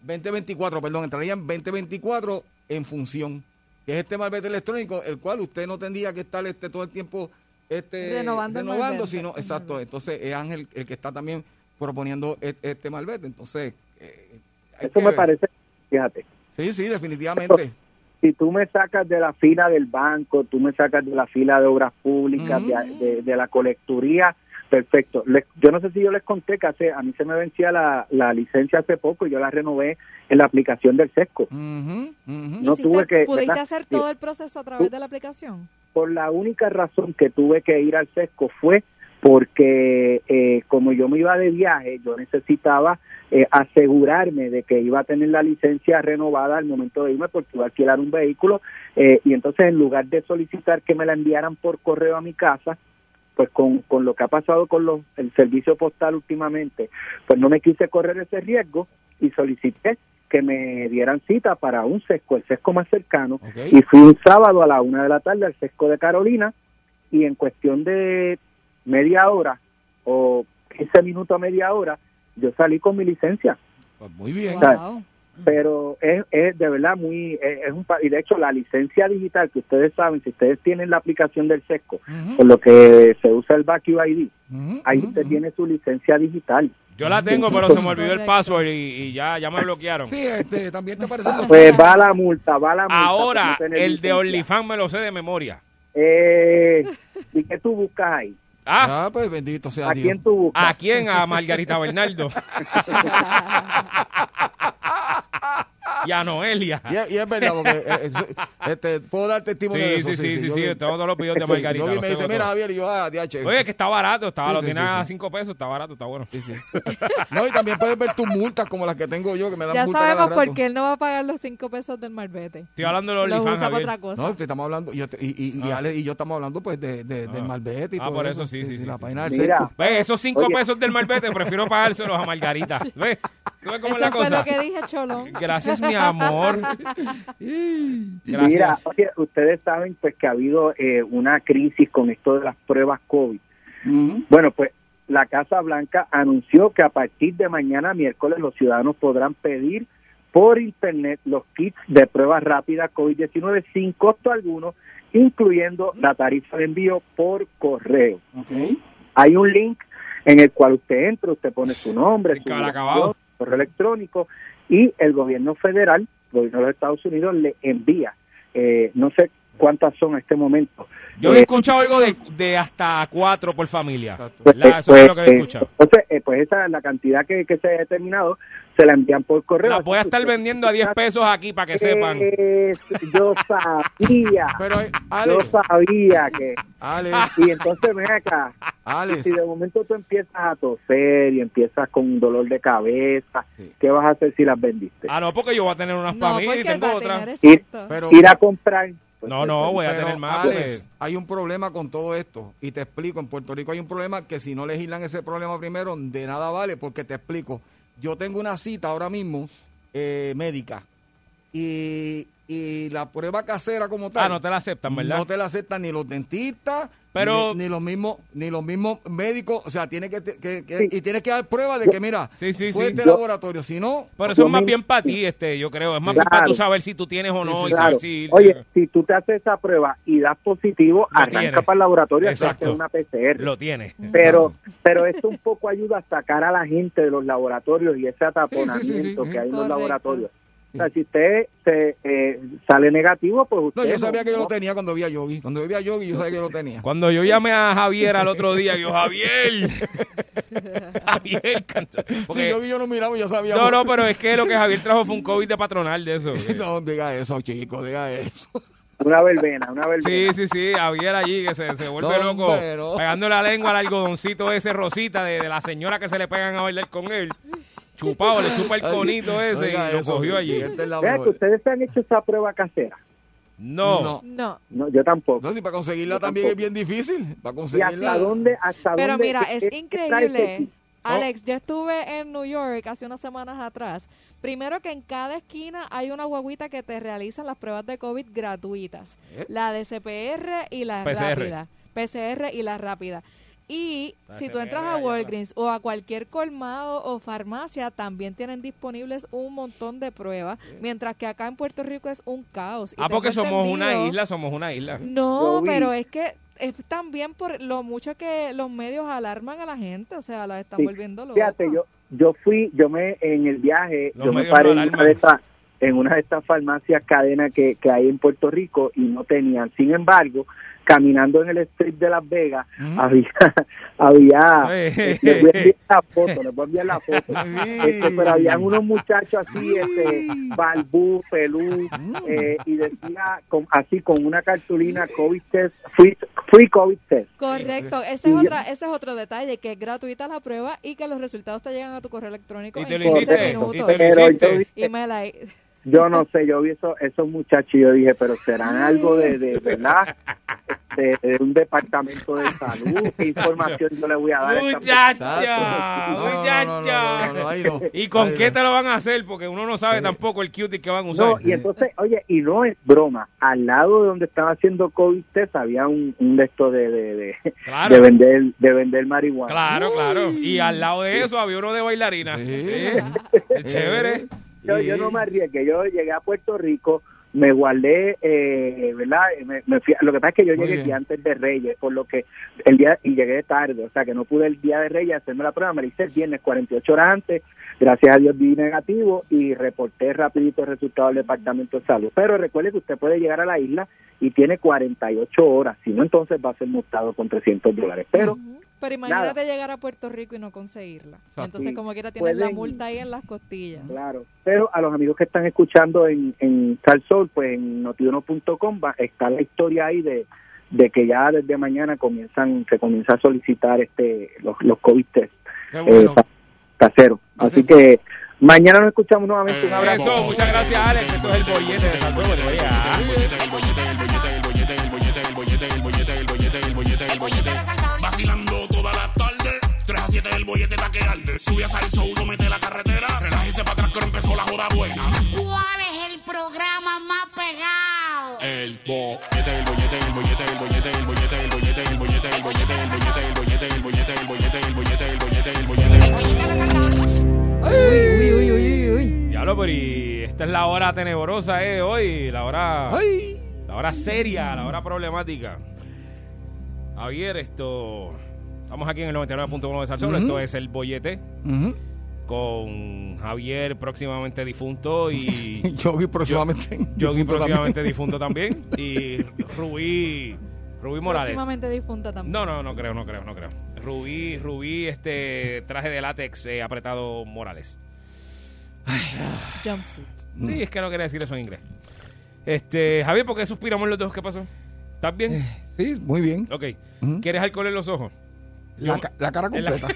[SPEAKER 2] 2024, perdón, entraría en 2024 en función, que es este marbete electrónico, el cual usted no tendría que estar este todo el tiempo este,
[SPEAKER 5] Renovando el
[SPEAKER 2] renovando
[SPEAKER 5] marbete.
[SPEAKER 2] sino,
[SPEAKER 5] Ujú.
[SPEAKER 2] exacto, entonces es Ángel el que está también proponiendo e- este malvete. Entonces, eh, hay
[SPEAKER 10] Eso
[SPEAKER 2] que
[SPEAKER 10] me
[SPEAKER 2] ver.
[SPEAKER 10] parece, fíjate,
[SPEAKER 2] Sí, sí, definitivamente.
[SPEAKER 10] si tú me sacas de la fila del banco, tú me sacas de la fila de obras públicas,
[SPEAKER 5] Ujú.
[SPEAKER 10] de, de- de la colecturía, perfecto. Les- yo no sé si yo les conté que hace, a mí se me vencía la, la licencia hace poco y yo la renové en la aplicación del SESCO.
[SPEAKER 2] Ujú, ujú.
[SPEAKER 10] No
[SPEAKER 5] Hiciste-
[SPEAKER 10] tuve que-
[SPEAKER 5] ¿Pudiste
[SPEAKER 10] ¿verdad?
[SPEAKER 5] hacer
[SPEAKER 10] Sí.
[SPEAKER 5] todo el proceso a través de la aplicación?
[SPEAKER 10] por la única razón que tuve que ir al sesco fue porque eh, como yo me iba de viaje, yo necesitaba eh, asegurarme de que iba a tener la licencia renovada al momento de irme porque iba a alquilar un vehículo eh, y entonces en lugar de solicitar que me la enviaran por correo a mi casa, pues con, con lo que ha pasado con los, el servicio postal últimamente, pues no me quise correr ese riesgo y solicité que me dieran cita para un sesco, el sesco más cercano,
[SPEAKER 2] Ok.
[SPEAKER 10] y fui un sábado a la una de la tarde al sesco de Carolina y en cuestión de media hora o 15 minutos a media hora yo salí con mi licencia
[SPEAKER 2] Pues muy bien.
[SPEAKER 10] Claro.
[SPEAKER 5] Wow.
[SPEAKER 2] Mm.
[SPEAKER 10] pero es, es de verdad muy es, es un pa- y de hecho la licencia digital que ustedes saben si ustedes tienen la aplicación del sesco
[SPEAKER 2] Ujú,
[SPEAKER 10] con lo que se usa el BacuID
[SPEAKER 2] ujú,
[SPEAKER 10] ahí
[SPEAKER 2] ujú,
[SPEAKER 10] usted
[SPEAKER 2] ujú.
[SPEAKER 10] tiene su licencia digital
[SPEAKER 3] Yo la tengo, pero se me olvidó el password y, y ya, ya me bloquearon.
[SPEAKER 2] Sí, este, también te parecen los...
[SPEAKER 10] pues va la multa va la multa
[SPEAKER 3] Ah. Ahora,
[SPEAKER 10] por no tener
[SPEAKER 3] el de
[SPEAKER 10] licencia.
[SPEAKER 3] OnlyFans me lo sé de memoria.
[SPEAKER 10] eh, y qué tú buscas ahí
[SPEAKER 3] Ah,
[SPEAKER 2] Ah, pues bendito sea
[SPEAKER 10] a
[SPEAKER 2] Dios.
[SPEAKER 10] quién tú buscas
[SPEAKER 3] ¿a quién? A Margarita Bernardo. y a Noelia.
[SPEAKER 2] Y, es- y es verdad, porque eh, eh, so- este, puedo dar testimonio de
[SPEAKER 3] Sí,
[SPEAKER 2] eso.
[SPEAKER 3] sí, sí, sí,
[SPEAKER 2] yo
[SPEAKER 3] sí,
[SPEAKER 2] vi-
[SPEAKER 3] tengo todos los videos de
[SPEAKER 2] sí,
[SPEAKER 3] Margarita.
[SPEAKER 2] yo vi,
[SPEAKER 3] los
[SPEAKER 2] me dice,
[SPEAKER 3] tengo
[SPEAKER 2] mira,
[SPEAKER 3] todos.
[SPEAKER 2] Javier, y yo, ah, DH.
[SPEAKER 3] Oye, que está barato, está,
[SPEAKER 2] Sí,
[SPEAKER 3] lo
[SPEAKER 2] sí,
[SPEAKER 3] tienes
[SPEAKER 2] sí,
[SPEAKER 3] a
[SPEAKER 2] sí.
[SPEAKER 3] 5 pesos, está barato, está bueno.
[SPEAKER 2] Sí, sí. No, y también puedes ver tus multas como las que tengo yo, que me dan
[SPEAKER 5] Ya
[SPEAKER 2] multas cada
[SPEAKER 5] sabemos por
[SPEAKER 2] rato.
[SPEAKER 5] qué él no va a pagar los cinco pesos del marbete.
[SPEAKER 3] Estoy hablando de
[SPEAKER 5] Los
[SPEAKER 3] OnlyFans,
[SPEAKER 5] usa para
[SPEAKER 3] Javier.
[SPEAKER 5] otra cosa.
[SPEAKER 2] No, te estamos hablando, y, yo te- y, y, y Ale y yo estamos hablando pues de, de, del
[SPEAKER 3] Ah.
[SPEAKER 2] Malvete y
[SPEAKER 3] Ah,
[SPEAKER 2] todo
[SPEAKER 3] por eso, sí, sí, sí,
[SPEAKER 2] La
[SPEAKER 3] sí.
[SPEAKER 2] página del
[SPEAKER 10] Mira.
[SPEAKER 2] Sesco.
[SPEAKER 3] Ve, esos 5
[SPEAKER 10] Oye.
[SPEAKER 3] pesos del malvete prefiero pagárselos a Margarita. ¿Ves? ¿Tú ves cómo es
[SPEAKER 5] Eso
[SPEAKER 3] la
[SPEAKER 5] fue lo
[SPEAKER 3] cosa?
[SPEAKER 5] que dije, Cholón.
[SPEAKER 3] Gracias, mi amor. Gracias.
[SPEAKER 10] Mira, oye, ustedes saben pues que ha habido eh, una crisis con esto de las pruebas COVID. Bueno, pues la Casa Blanca anunció que a partir de mañana miércoles los ciudadanos podrán pedir por internet los kits de pruebas rápidas COVID-19 sin costo alguno, incluyendo la tarifa de envío por correo. Hay un link en el cual usted entra, usted pone su nombre,
[SPEAKER 3] El
[SPEAKER 10] su
[SPEAKER 3] cara
[SPEAKER 10] dirección,
[SPEAKER 3] acabado.
[SPEAKER 10] correo electrónico y el gobierno federal, el gobierno de los Estados Unidos, le envía, eh, no sé cuántas son a este momento.
[SPEAKER 3] Yo he
[SPEAKER 10] Eh,
[SPEAKER 3] escuchado algo de, de hasta cuatro por familia.
[SPEAKER 2] Exacto.
[SPEAKER 3] ¿Verdad? Eso
[SPEAKER 10] pues,
[SPEAKER 3] es lo que he
[SPEAKER 10] eh,
[SPEAKER 3] escuchado.
[SPEAKER 10] Entonces, eh, pues esa la cantidad que, que se ha determinado se la envían por correo.
[SPEAKER 3] Las voy a estar vendiendo a 10 pesos aquí para que sepan.
[SPEAKER 10] Es- yo sabía,
[SPEAKER 2] Pero, eh, Ale,
[SPEAKER 10] yo sabía que...
[SPEAKER 2] Alex,
[SPEAKER 10] Y entonces ven acá,
[SPEAKER 2] Alex.
[SPEAKER 10] si de momento tú empiezas a toser y empiezas con un dolor de cabeza,
[SPEAKER 2] Sí.
[SPEAKER 10] ¿qué vas a hacer si las vendiste?
[SPEAKER 3] Ah, no, porque yo voy a tener unas
[SPEAKER 5] No,
[SPEAKER 3] para mí
[SPEAKER 5] porque
[SPEAKER 3] y
[SPEAKER 5] él va
[SPEAKER 3] tengo
[SPEAKER 5] a tener
[SPEAKER 3] otras.
[SPEAKER 5] exacto.
[SPEAKER 2] Pero,
[SPEAKER 10] Ir a comprar. pues,
[SPEAKER 3] No, no, güey. voy a
[SPEAKER 2] pero,
[SPEAKER 3] tener más, pues.
[SPEAKER 2] Alex,
[SPEAKER 3] porque-
[SPEAKER 2] hay un problema con todo esto. Y te explico, en Puerto Rico hay un problema que si no legislan ese problema primero, de nada vale, porque te explico. Yo tengo una cita ahora mismo eh, médica y, y la prueba casera como tal.
[SPEAKER 3] Ah, no te la aceptan, ¿verdad?
[SPEAKER 2] No te la aceptan ni los dentistas,
[SPEAKER 3] Pero-
[SPEAKER 2] ni, ni los mismos, ni los mismos médicos. O sea, tiene que, que- que-
[SPEAKER 10] Sí.
[SPEAKER 2] y tienes que dar prueba de que mira,
[SPEAKER 3] Sí, sí,
[SPEAKER 2] fue
[SPEAKER 3] sí.
[SPEAKER 2] este
[SPEAKER 10] Yo-
[SPEAKER 2] laboratorio, si no,
[SPEAKER 3] Pero eso
[SPEAKER 10] Yo
[SPEAKER 3] es más
[SPEAKER 10] me-
[SPEAKER 3] bien para ti, este, yo creo. Es más
[SPEAKER 10] Sí.
[SPEAKER 3] bien para tú
[SPEAKER 10] Claro.
[SPEAKER 3] saber si tú tienes o no. y si-
[SPEAKER 10] pues, Claro.
[SPEAKER 3] si-
[SPEAKER 10] Oye, si tú te haces esa prueba y das positivo,
[SPEAKER 3] Lo
[SPEAKER 10] arranca
[SPEAKER 3] tienes.
[SPEAKER 10] para el laboratorio a
[SPEAKER 3] Exacto.
[SPEAKER 10] hacer una PCR.
[SPEAKER 3] lo tienes.
[SPEAKER 10] pero pero esto un poco ayuda a sacar a la gente de los laboratorios y ese ataponamiento
[SPEAKER 2] Sí, sí, sí, sí.
[SPEAKER 10] que hay en
[SPEAKER 5] Correcto.
[SPEAKER 10] los laboratorios. O sea, si usted se, eh, sale negativo, pues usted...
[SPEAKER 2] no, yo
[SPEAKER 10] no-
[SPEAKER 2] sabía que yo lo
[SPEAKER 10] no-
[SPEAKER 2] tenía cuando vi a Yogi. Cuando yo vi a Yogi, yo sabía que yo lo tenía.
[SPEAKER 3] Cuando yo llamé a Javier al otro día, yo, Javier. Javier, canto.
[SPEAKER 2] Si Yogi yo lo miraba, yo sabía.
[SPEAKER 3] no, no, pero es que lo que Javier trajo fue un COVID de patronal de eso.
[SPEAKER 2] No, diga eso, chico, diga eso.
[SPEAKER 10] Una verbena, una verbena.
[SPEAKER 3] Sí, sí, sí, Javier allí que se, se vuelve
[SPEAKER 2] No,
[SPEAKER 3] loco
[SPEAKER 2] pero-
[SPEAKER 3] pegando la lengua al algodoncito ese rosita de, de la señora que se le pegan a bailar con él. Chupado, le chupa el conito ese
[SPEAKER 2] Oiga
[SPEAKER 3] y lo
[SPEAKER 2] eso,
[SPEAKER 3] cogió allí.
[SPEAKER 2] Miguel del
[SPEAKER 10] Vea que
[SPEAKER 2] Labor.
[SPEAKER 10] ustedes se han hecho esa prueba casera.
[SPEAKER 3] No.
[SPEAKER 2] No.
[SPEAKER 5] No.
[SPEAKER 10] No, yo tampoco.
[SPEAKER 2] No, si para conseguirla
[SPEAKER 10] Yo
[SPEAKER 2] también
[SPEAKER 10] tampoco.
[SPEAKER 2] es bien difícil. Para
[SPEAKER 10] ¿Y
[SPEAKER 2] conseguirla.
[SPEAKER 10] hasta dónde? Hasta
[SPEAKER 5] Pero
[SPEAKER 10] dónde
[SPEAKER 5] mira, es
[SPEAKER 10] está
[SPEAKER 5] increíble.
[SPEAKER 10] ese-
[SPEAKER 5] Alex, yo estuve en New York hace unas semanas atrás. Primero que en cada esquina hay una guaguita que te realizan las pruebas de COVID gratuitas.
[SPEAKER 2] ¿Eh?
[SPEAKER 5] La de CPR y la
[SPEAKER 3] PCR.
[SPEAKER 5] rápida. PCR y la rápida. Y
[SPEAKER 3] La
[SPEAKER 5] si tú
[SPEAKER 3] CPR
[SPEAKER 5] entras a
[SPEAKER 3] allá
[SPEAKER 5] Walgreens o a cualquier colmado o farmacia, también tienen disponibles un montón de pruebas. Mientras que acá en Puerto Rico es un caos. Y
[SPEAKER 3] Eh. Ah, porque
[SPEAKER 5] tengo
[SPEAKER 3] somos una
[SPEAKER 5] entendido-
[SPEAKER 3] isla, somos una isla.
[SPEAKER 5] no,
[SPEAKER 10] Robin.
[SPEAKER 5] pero es que es también por lo mucho que los medios alarman a la gente, o sea, la están
[SPEAKER 10] Sí,
[SPEAKER 5] volviendo locos.
[SPEAKER 10] Fíjate, yo, yo fui, yo me, en el viaje,
[SPEAKER 3] Los
[SPEAKER 10] yo me
[SPEAKER 3] medios
[SPEAKER 10] paré
[SPEAKER 3] no
[SPEAKER 10] en una,
[SPEAKER 3] alarman.
[SPEAKER 10] de estas, en una de estas farmacias cadena que, que hay en Puerto Rico y no tenían. Sin embargo, caminando en el street de Las Vegas, había, había,
[SPEAKER 3] Eh.
[SPEAKER 10] les voy a enviar la foto, les voy a enviar la foto. Este, pero habían unos muchachos así, este, balbú, pelú, eh, y decía con, así con una cartulina COVID test, free, free COVID test.
[SPEAKER 5] Correcto, ese es, otra, ese es otro detalle, que es gratuita la prueba y que los resultados te llegan a tu correo electrónico
[SPEAKER 3] Y te
[SPEAKER 5] en
[SPEAKER 3] lo
[SPEAKER 5] 15
[SPEAKER 3] hiciste.
[SPEAKER 5] minutos.
[SPEAKER 3] Y te lo
[SPEAKER 10] Pero yo
[SPEAKER 3] hiciste.
[SPEAKER 10] vi-
[SPEAKER 5] Y me la...
[SPEAKER 10] Yo no sé, yo vi eso, esos muchachos y yo dije, pero serán algo de, de ¿verdad? De, de un departamento de salud. ¿Qué información yo le voy a dar? a esta
[SPEAKER 3] Muchacha,
[SPEAKER 2] Exacto.
[SPEAKER 3] muchacha.
[SPEAKER 2] No, no, no, no, no, no, ahí no.
[SPEAKER 3] ¿Y con
[SPEAKER 2] Ahí
[SPEAKER 3] qué
[SPEAKER 2] no. Eh.
[SPEAKER 3] te lo van a hacer? Porque uno no sabe tampoco el cutie que van a usar.
[SPEAKER 10] No, y entonces, oye, y no es broma, al lado de donde estaba haciendo COVID test había un, un de estos de, de, de,
[SPEAKER 3] Claro.
[SPEAKER 10] de vender de vender marihuana.
[SPEAKER 3] Claro, claro. Y al lado de eso había uno de bailarina.
[SPEAKER 2] Sí.
[SPEAKER 3] Sí.
[SPEAKER 2] Eh.
[SPEAKER 3] Es chévere.
[SPEAKER 10] Yo, yo no me arriesgué, yo llegué a Puerto Rico, me guardé, eh, ¿verdad? Me, me fui- lo que pasa es que yo
[SPEAKER 2] Muy
[SPEAKER 10] llegué
[SPEAKER 2] bien.
[SPEAKER 10] el día antes de Reyes, por lo que el día y llegué tarde, o sea que no pude el día de Reyes hacerme la prueba, me la hice el viernes 48 horas antes, gracias a Dios di negativo y reporté rapidito el resultado del Departamento de Salud. Pero recuerde que usted puede llegar a la isla y tiene 48 horas, si no entonces va a ser multado con 300 dólares. Pero
[SPEAKER 5] Ujú. Pero imagínate llegar a Puerto Rico y no conseguirla. Entonces, como quiera, tienes la
[SPEAKER 10] Pueden-
[SPEAKER 5] multa ahí en las costillas.
[SPEAKER 10] Claro, pero a los amigos que están escuchando en, en Salsol, pues en notiuno.com va, está la historia ahí de, de que ya desde mañana comienzan, se comienza a solicitar este los, los COVID test
[SPEAKER 2] Qué
[SPEAKER 10] eh,
[SPEAKER 2] bueno.
[SPEAKER 10] ca- caseros. Así
[SPEAKER 2] Así
[SPEAKER 10] que mañana nos escuchamos nuevamente. Un abrazo.
[SPEAKER 3] Eso, muchas gracias, Alex. Esto es el bollete de Salvador. ah, pues,
[SPEAKER 9] Vacilando toda la tarde. 3 a 7 el bollete pa' que arde. Sube a salso, uno mete la carretera. Relájese para atrás que ahora empezó la joda buena.
[SPEAKER 11] ¿Cuál es el programa más pegado?
[SPEAKER 9] El bollete, el bollete, el bollete, el bollete, el bollete, el bollete, el bollete, el bollete, el bollete, el bollete, el bollete, el bollete, el bollete, el bollete, el bollete.
[SPEAKER 5] Uy, uy, uy, uy, uy.
[SPEAKER 3] Diablo, pero y esta es la hora tenebrosa, eh, hoy. La hora.
[SPEAKER 2] Ay.
[SPEAKER 3] La hora seria, la hora problemática. Javier, esto. Estamos aquí en el 99.1 de Salsón.
[SPEAKER 2] Ujú.
[SPEAKER 3] Esto es el bollete
[SPEAKER 2] Ujú.
[SPEAKER 3] con Javier, próximamente difunto, y
[SPEAKER 2] Yogi próximamente.
[SPEAKER 3] Yogi,
[SPEAKER 2] difunto
[SPEAKER 3] próximamente
[SPEAKER 2] también.
[SPEAKER 3] difunto también, y Rubí, Rubí Morales.
[SPEAKER 5] Próximamente difunta también.
[SPEAKER 3] No, no, no creo, no creo, no creo. Rubí, Rubí, este traje de látex eh, apretado Morales.
[SPEAKER 5] Jumpsuit.
[SPEAKER 2] Mm.
[SPEAKER 3] Sí, es que no quería decir eso en inglés. Este, Javier, ¿por qué suspiramos los dos? ¿Qué pasó? ¿Estás bien?
[SPEAKER 2] Sí, muy bien.
[SPEAKER 3] Ok.
[SPEAKER 2] Eh. Ujú.
[SPEAKER 3] ¿Quieres alcohol en los ojos?
[SPEAKER 2] La,
[SPEAKER 3] Yo-
[SPEAKER 2] ca- la cara
[SPEAKER 3] en la-
[SPEAKER 2] completa.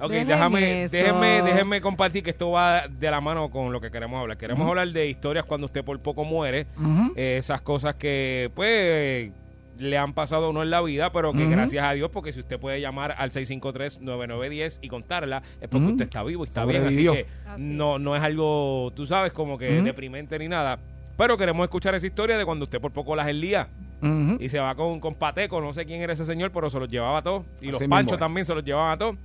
[SPEAKER 3] Ok,
[SPEAKER 5] Dejen
[SPEAKER 3] déjame,
[SPEAKER 5] eso.
[SPEAKER 3] déjenme, déjenme compartir que esto va de la mano con lo que queremos hablar. Queremos hablar de historias cuando usted por poco muere,
[SPEAKER 2] Ujú.
[SPEAKER 3] eh, esas cosas que pues le han pasado a uno en la vida, pero que
[SPEAKER 2] Ujú.
[SPEAKER 3] gracias a Dios, porque si usted puede llamar al 653-9910 y contarla, es porque
[SPEAKER 2] Ujú.
[SPEAKER 3] usted está vivo y está bien, así
[SPEAKER 2] Sobrevivió.
[SPEAKER 3] que
[SPEAKER 5] Así
[SPEAKER 3] no, no es algo, tú sabes, como que
[SPEAKER 2] Ujú.
[SPEAKER 3] deprimente ni nada. Pero queremos escuchar esa historia de cuando usted por poco las elía
[SPEAKER 2] Ujú.
[SPEAKER 3] y se va con, con Pateco, no sé quién era ese señor, pero se los llevaba a todos. Y los
[SPEAKER 2] Así mismo
[SPEAKER 3] panchos
[SPEAKER 2] es.
[SPEAKER 3] también se los llevaban a todos.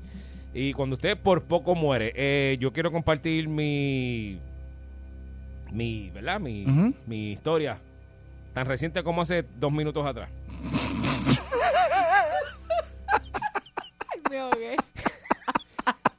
[SPEAKER 3] Y cuando usted por poco muere, eh, yo quiero compartir mi. Mi, ¿verdad? Mi,
[SPEAKER 2] Ujú.
[SPEAKER 3] mi historia. Tan reciente como hace dos minutos atrás.
[SPEAKER 5] Ay, me ahogué.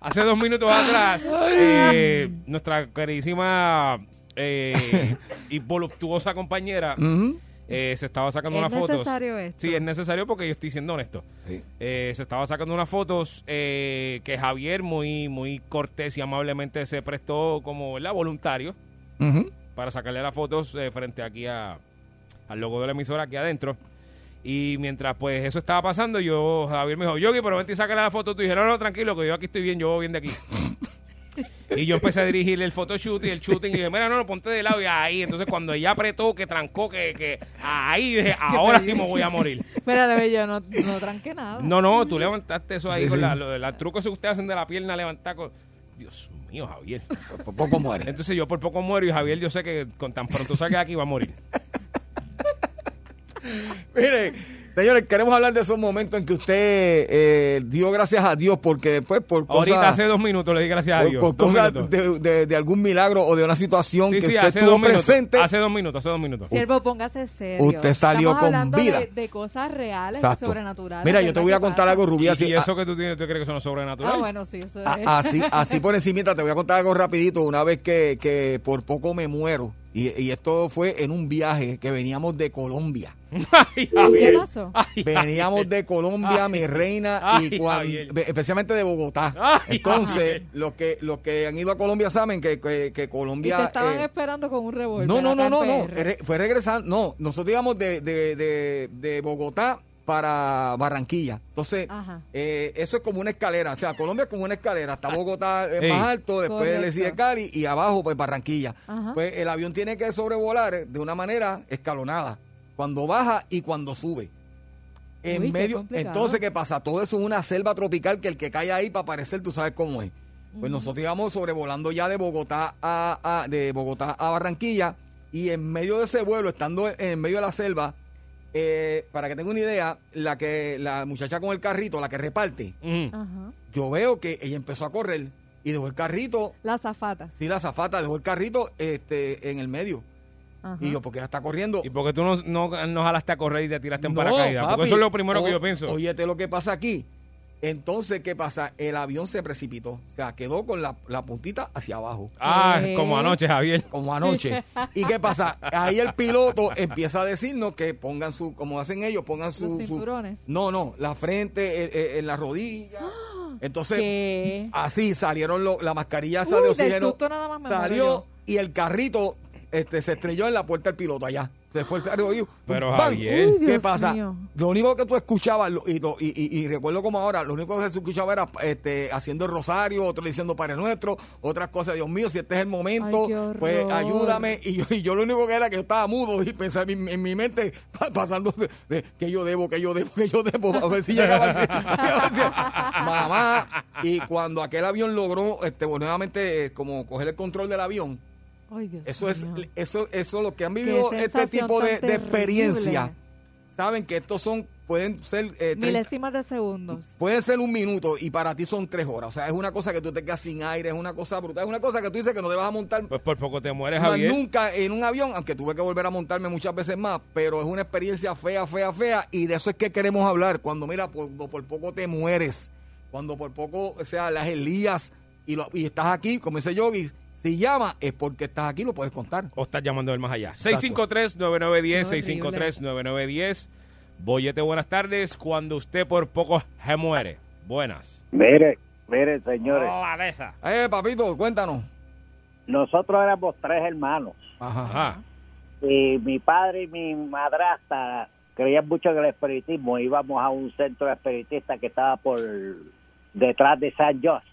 [SPEAKER 3] Hace dos minutos atrás, eh, nuestra queridísima eh, y voluptuosa compañera
[SPEAKER 2] Ujú.
[SPEAKER 3] eh, se estaba sacando
[SPEAKER 5] ¿Es
[SPEAKER 3] unas fotos.
[SPEAKER 5] necesario esto?
[SPEAKER 3] Sí, es necesario porque yo estoy siendo honesto.
[SPEAKER 2] Sí.
[SPEAKER 3] Eh, se estaba sacando unas fotos eh, que Javier muy, muy cortés y amablemente se prestó como ¿verdad? voluntario
[SPEAKER 2] Ujú.
[SPEAKER 3] para sacarle las fotos eh, frente aquí a, al logo de la emisora aquí adentro. Y mientras pues eso estaba pasando, yo, Javier me dijo, Yogi, pero vente y sácale la foto. Tú dije, no, no, tranquilo, que yo aquí estoy bien, yo voy bien de aquí. Y yo empecé a dirigir el photoshoot y el shooting y dije, mira, no, no, ponte de lado y ahí. Entonces cuando ella apretó, que trancó, que, que ahí dije, ahora sí me voy a morir.
[SPEAKER 5] Espérate, ve, yo no, no tranqué nada.
[SPEAKER 3] No, no, tú levantaste eso ahí
[SPEAKER 5] Sí,
[SPEAKER 3] con
[SPEAKER 5] sí.
[SPEAKER 3] la, lo, la- el truco ese que ustedes hacen de la pierna, levantar con... Dios mío, Javier.
[SPEAKER 2] Por poco muere.
[SPEAKER 3] Entonces yo por poco muero y Javier yo sé que con tan pronto salga de aquí va a morir.
[SPEAKER 2] Miren, señores, queremos hablar de esos momentos en que usted eh, dio gracias a Dios, porque después por cosas...
[SPEAKER 3] Ahorita hace dos minutos le di gracias a
[SPEAKER 2] por-
[SPEAKER 3] Dios.
[SPEAKER 2] por
[SPEAKER 3] Dos
[SPEAKER 2] cosas
[SPEAKER 3] minutos.
[SPEAKER 2] de, de- de algún milagro o de una situación
[SPEAKER 3] Sí,
[SPEAKER 2] que
[SPEAKER 3] sí,
[SPEAKER 2] usted
[SPEAKER 3] hace dos
[SPEAKER 2] estuvo
[SPEAKER 3] minutos.
[SPEAKER 2] presente.
[SPEAKER 3] Hace dos minutos, hace dos minutos.
[SPEAKER 5] Siervo, póngase serio.
[SPEAKER 2] Usted salió
[SPEAKER 5] Estamos
[SPEAKER 2] con
[SPEAKER 5] hablando
[SPEAKER 2] vida.
[SPEAKER 5] De, de cosas reales
[SPEAKER 2] Exacto.
[SPEAKER 5] y sobrenaturales.
[SPEAKER 2] Mira, yo
[SPEAKER 5] ¿verdad
[SPEAKER 2] te voy
[SPEAKER 5] que
[SPEAKER 2] a contar
[SPEAKER 5] pasa?
[SPEAKER 2] algo, Rubí, así, ah,
[SPEAKER 3] Y
[SPEAKER 2] a-
[SPEAKER 3] eso que tú tienes, ¿tú crees que son sobrenaturales?
[SPEAKER 5] Ah, bueno, sí, eso es.
[SPEAKER 2] A- Así, así por encimita, te voy a contar algo rapidito. Una vez que, que por poco me muero, y, y esto fue en un viaje que veníamos de Colombia.
[SPEAKER 5] ¿Qué pasó?
[SPEAKER 2] Ah, Veníamos de Colombia, mi reina, y
[SPEAKER 5] Ay,
[SPEAKER 2] cuan-
[SPEAKER 5] Javier.
[SPEAKER 2] ve- especialmente de Bogotá.
[SPEAKER 5] Ay,
[SPEAKER 2] Entonces,
[SPEAKER 5] Javier.
[SPEAKER 2] los que, los que han ido a Colombia saben que, que, que
[SPEAKER 5] Y te
[SPEAKER 2] Colombia...
[SPEAKER 5] estaban
[SPEAKER 2] eh,
[SPEAKER 5] esperando con un revólver.
[SPEAKER 2] no, no,
[SPEAKER 5] acá
[SPEAKER 2] no,
[SPEAKER 5] en
[SPEAKER 2] no, no.
[SPEAKER 5] PR.
[SPEAKER 2] re- Fue regresando. No, nosotros íbamos de, de, de, de Bogotá para Barranquilla. Entonces,
[SPEAKER 5] Ajá.
[SPEAKER 2] eh, eso es como una escalera. O sea, Colombia es como una escalera. Está Bogotá eh,
[SPEAKER 3] Ey.
[SPEAKER 2] más alto, después le
[SPEAKER 3] Ah. Correcto.
[SPEAKER 2] sigue Cali y abajo, pues Barranquilla.
[SPEAKER 3] Ajá.
[SPEAKER 2] Pues el avión tiene que sobrevolar eh, de una manera escalonada. Cuando baja y cuando sube. En
[SPEAKER 12] Uy, qué
[SPEAKER 2] medio.
[SPEAKER 12] complicado.
[SPEAKER 2] Entonces, ¿qué pasa? Todo eso es una selva tropical que el que cae ahí para aparecer, tú sabes cómo es. Pues nosotros íbamos sobrevolando ya de Bogotá a, a- de Bogotá a Barranquilla y en medio de ese vuelo, estando en el medio de la selva, eh, para que tenga una idea, la que la muchacha con el carrito, la que reparte, yo veo que ella empezó a correr y dejó el carrito,
[SPEAKER 5] La zafata.
[SPEAKER 2] sí, la zafata dejó el carrito este, en el medio. Y yo, porque ella está corriendo.
[SPEAKER 3] Y porque tú no, no, no jalaste a correr y te tiraste en paracaídas. porque
[SPEAKER 2] papi,
[SPEAKER 3] eso es lo primero que
[SPEAKER 2] o-
[SPEAKER 3] yo pienso.
[SPEAKER 2] Óyete lo que pasa aquí. Entonces, ¿qué pasa? El avión se precipitó. O sea, quedó con la, la puntita hacia abajo.
[SPEAKER 3] Ah, ¿Qué? como anoche, Javier.
[SPEAKER 2] Como anoche. ¿Y qué pasa? Ahí el piloto empieza a decirnos que pongan su, como hacen ellos, pongan su...
[SPEAKER 5] Los
[SPEAKER 2] su-
[SPEAKER 5] cinturones.
[SPEAKER 2] no, no, la frente, eh, eh, en la rodilla. Entonces,
[SPEAKER 5] ¿Qué?
[SPEAKER 2] así salieron lo- la mascarilla esa
[SPEAKER 5] Uy,
[SPEAKER 2] de
[SPEAKER 5] del
[SPEAKER 2] oxígeno.
[SPEAKER 5] susto nada más me muero
[SPEAKER 2] salió
[SPEAKER 5] yo.
[SPEAKER 2] y el carrito este, se estrelló en la puerta del piloto allá. Se fue el carro y-
[SPEAKER 3] Pero,
[SPEAKER 2] ¡bam!
[SPEAKER 3] Javier. Uy,
[SPEAKER 2] ¿Qué
[SPEAKER 3] Dios
[SPEAKER 2] pasa?
[SPEAKER 3] mío.
[SPEAKER 2] Lo único que tú escuchabas, lo- y, lo- y, y- y recuerdo como ahora, lo único que se escuchaba era este, haciendo el rosario, otro diciendo Padre Nuestro, otras cosas, Dios mío, si este es el momento,
[SPEAKER 12] Ay, qué
[SPEAKER 2] pues
[SPEAKER 12] horror.
[SPEAKER 2] ayúdame. Y yo, y yo lo único que era que yo estaba mudo y pensaba en mi, en mi mente, pa- pasando de, de, que yo debo, que yo debo, que yo debo, a ver si llegaba así. Mamá, y cuando aquel avión logró este, nuevamente eh, como coger el control del avión,
[SPEAKER 5] Ay, Dios
[SPEAKER 2] eso es,
[SPEAKER 5] mío.
[SPEAKER 2] eso, eso lo que han vivido
[SPEAKER 5] Qué
[SPEAKER 2] este
[SPEAKER 5] sensación
[SPEAKER 2] tipo de,
[SPEAKER 5] tan
[SPEAKER 2] de experiencia. Saben que estos son, pueden ser eh, treinta-
[SPEAKER 5] Milésimas de segundos.
[SPEAKER 2] pueden ser un minuto y para ti son tres horas. O sea, es una cosa que tú te quedas sin aire, es una cosa brutal, es una cosa que tú dices que no te vas a montar
[SPEAKER 3] Pues por poco te mueres,
[SPEAKER 2] más
[SPEAKER 3] Javier.
[SPEAKER 2] nunca en un avión, aunque tuve que volver a montarme muchas veces más, pero es una experiencia fea, fea, fea, y de eso es que queremos hablar. Cuando mira, cuando por poco te mueres, cuando por poco, o sea, las Elías y, lo- y estás aquí, como dice Yogi, si llama es porque estás aquí, lo puedes contar.
[SPEAKER 3] O estás llamando del más allá.
[SPEAKER 2] Exacto.
[SPEAKER 3] 653-9910, 653-9910. Boyete, buenas tardes. Cuando usted por poco se muere. Buenas.
[SPEAKER 13] Mire, mire, señores.
[SPEAKER 2] Eh, papito, cuéntanos.
[SPEAKER 13] Nosotros éramos tres hermanos.
[SPEAKER 2] Ajá.
[SPEAKER 13] Y mi padre y mi madrastra creían mucho en el espiritismo. Íbamos a un centro espiritista que estaba por detrás de San José.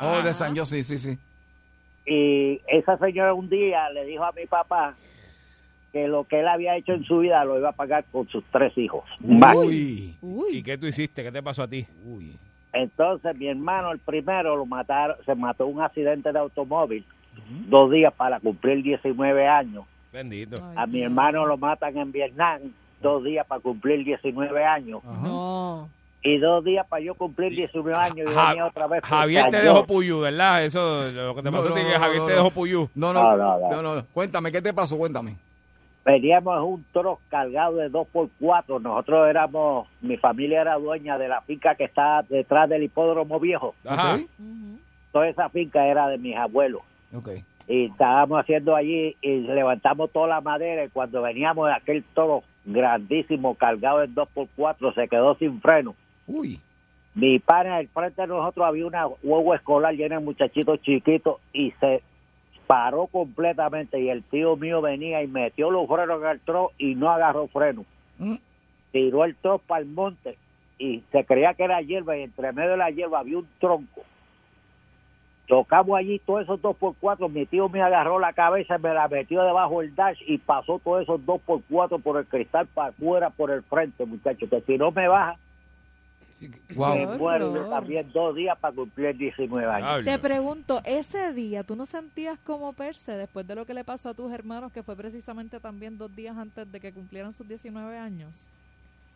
[SPEAKER 2] Oh, de San José, sí, sí.
[SPEAKER 13] Y esa señora un día le dijo a mi papá que lo que él había hecho en su vida lo iba a pagar con sus tres hijos.
[SPEAKER 3] ¿Y qué tú hiciste? ¿Qué te pasó a ti?
[SPEAKER 13] Entonces mi hermano, el primero, lo mataron, se mató en un accidente de automóvil dos días para cumplir 19 años.
[SPEAKER 3] Bendito.
[SPEAKER 13] A mi hermano lo matan en Vietnam dos días para cumplir 19 años.
[SPEAKER 3] Ah.
[SPEAKER 13] Y dos días para yo cumplir 19 años y
[SPEAKER 3] Ja-
[SPEAKER 13] venía otra vez. por
[SPEAKER 3] Javier te
[SPEAKER 13] San
[SPEAKER 3] dejó
[SPEAKER 13] Jorge.
[SPEAKER 3] puyú, ¿verdad? Eso lo que te pasó a ti, que Javier te
[SPEAKER 2] no.
[SPEAKER 3] dejó puyú.
[SPEAKER 2] No
[SPEAKER 13] Ah,
[SPEAKER 2] no, no, no, no. Cuéntame, ¿qué te pasó? Cuéntame.
[SPEAKER 13] Veníamos en un trozo cargado de 2x4. Nosotros éramos, mi familia era dueña de la finca que está detrás del hipódromo viejo.
[SPEAKER 2] Ajá.
[SPEAKER 13] Toda esa finca era de mis abuelos.
[SPEAKER 2] Ok.
[SPEAKER 13] y estábamos haciendo allí y levantamos toda la madera y cuando veníamos aquel toro grandísimo cargado en 2x4 se quedó sin freno.
[SPEAKER 2] Uy.
[SPEAKER 13] Mi pana, al frente de nosotros había una huevo escolar llena de muchachitos chiquitos y se paró completamente y el tío mío venía y metió los frenos en el tro y no agarró freno. Tiró el tro para el monte y se creía que era hierba y entre medio de la hierba había un tronco. Tocamos allí todos esos dos por cuatro. Mi tío me agarró la cabeza, me la metió debajo del dash y pasó todos esos dos por cuatro por el cristal para afuera, por el frente, muchachos. Que si no me baja,
[SPEAKER 2] Guau.
[SPEAKER 13] me
[SPEAKER 5] Qué
[SPEAKER 13] muero
[SPEAKER 5] horror.
[SPEAKER 13] también dos días para cumplir 19 años.
[SPEAKER 5] Te pregunto, ese día, ¿tú no sentías como Perse después de lo que le pasó a tus hermanos, que fue precisamente también dos días antes de que cumplieran sus 19 años?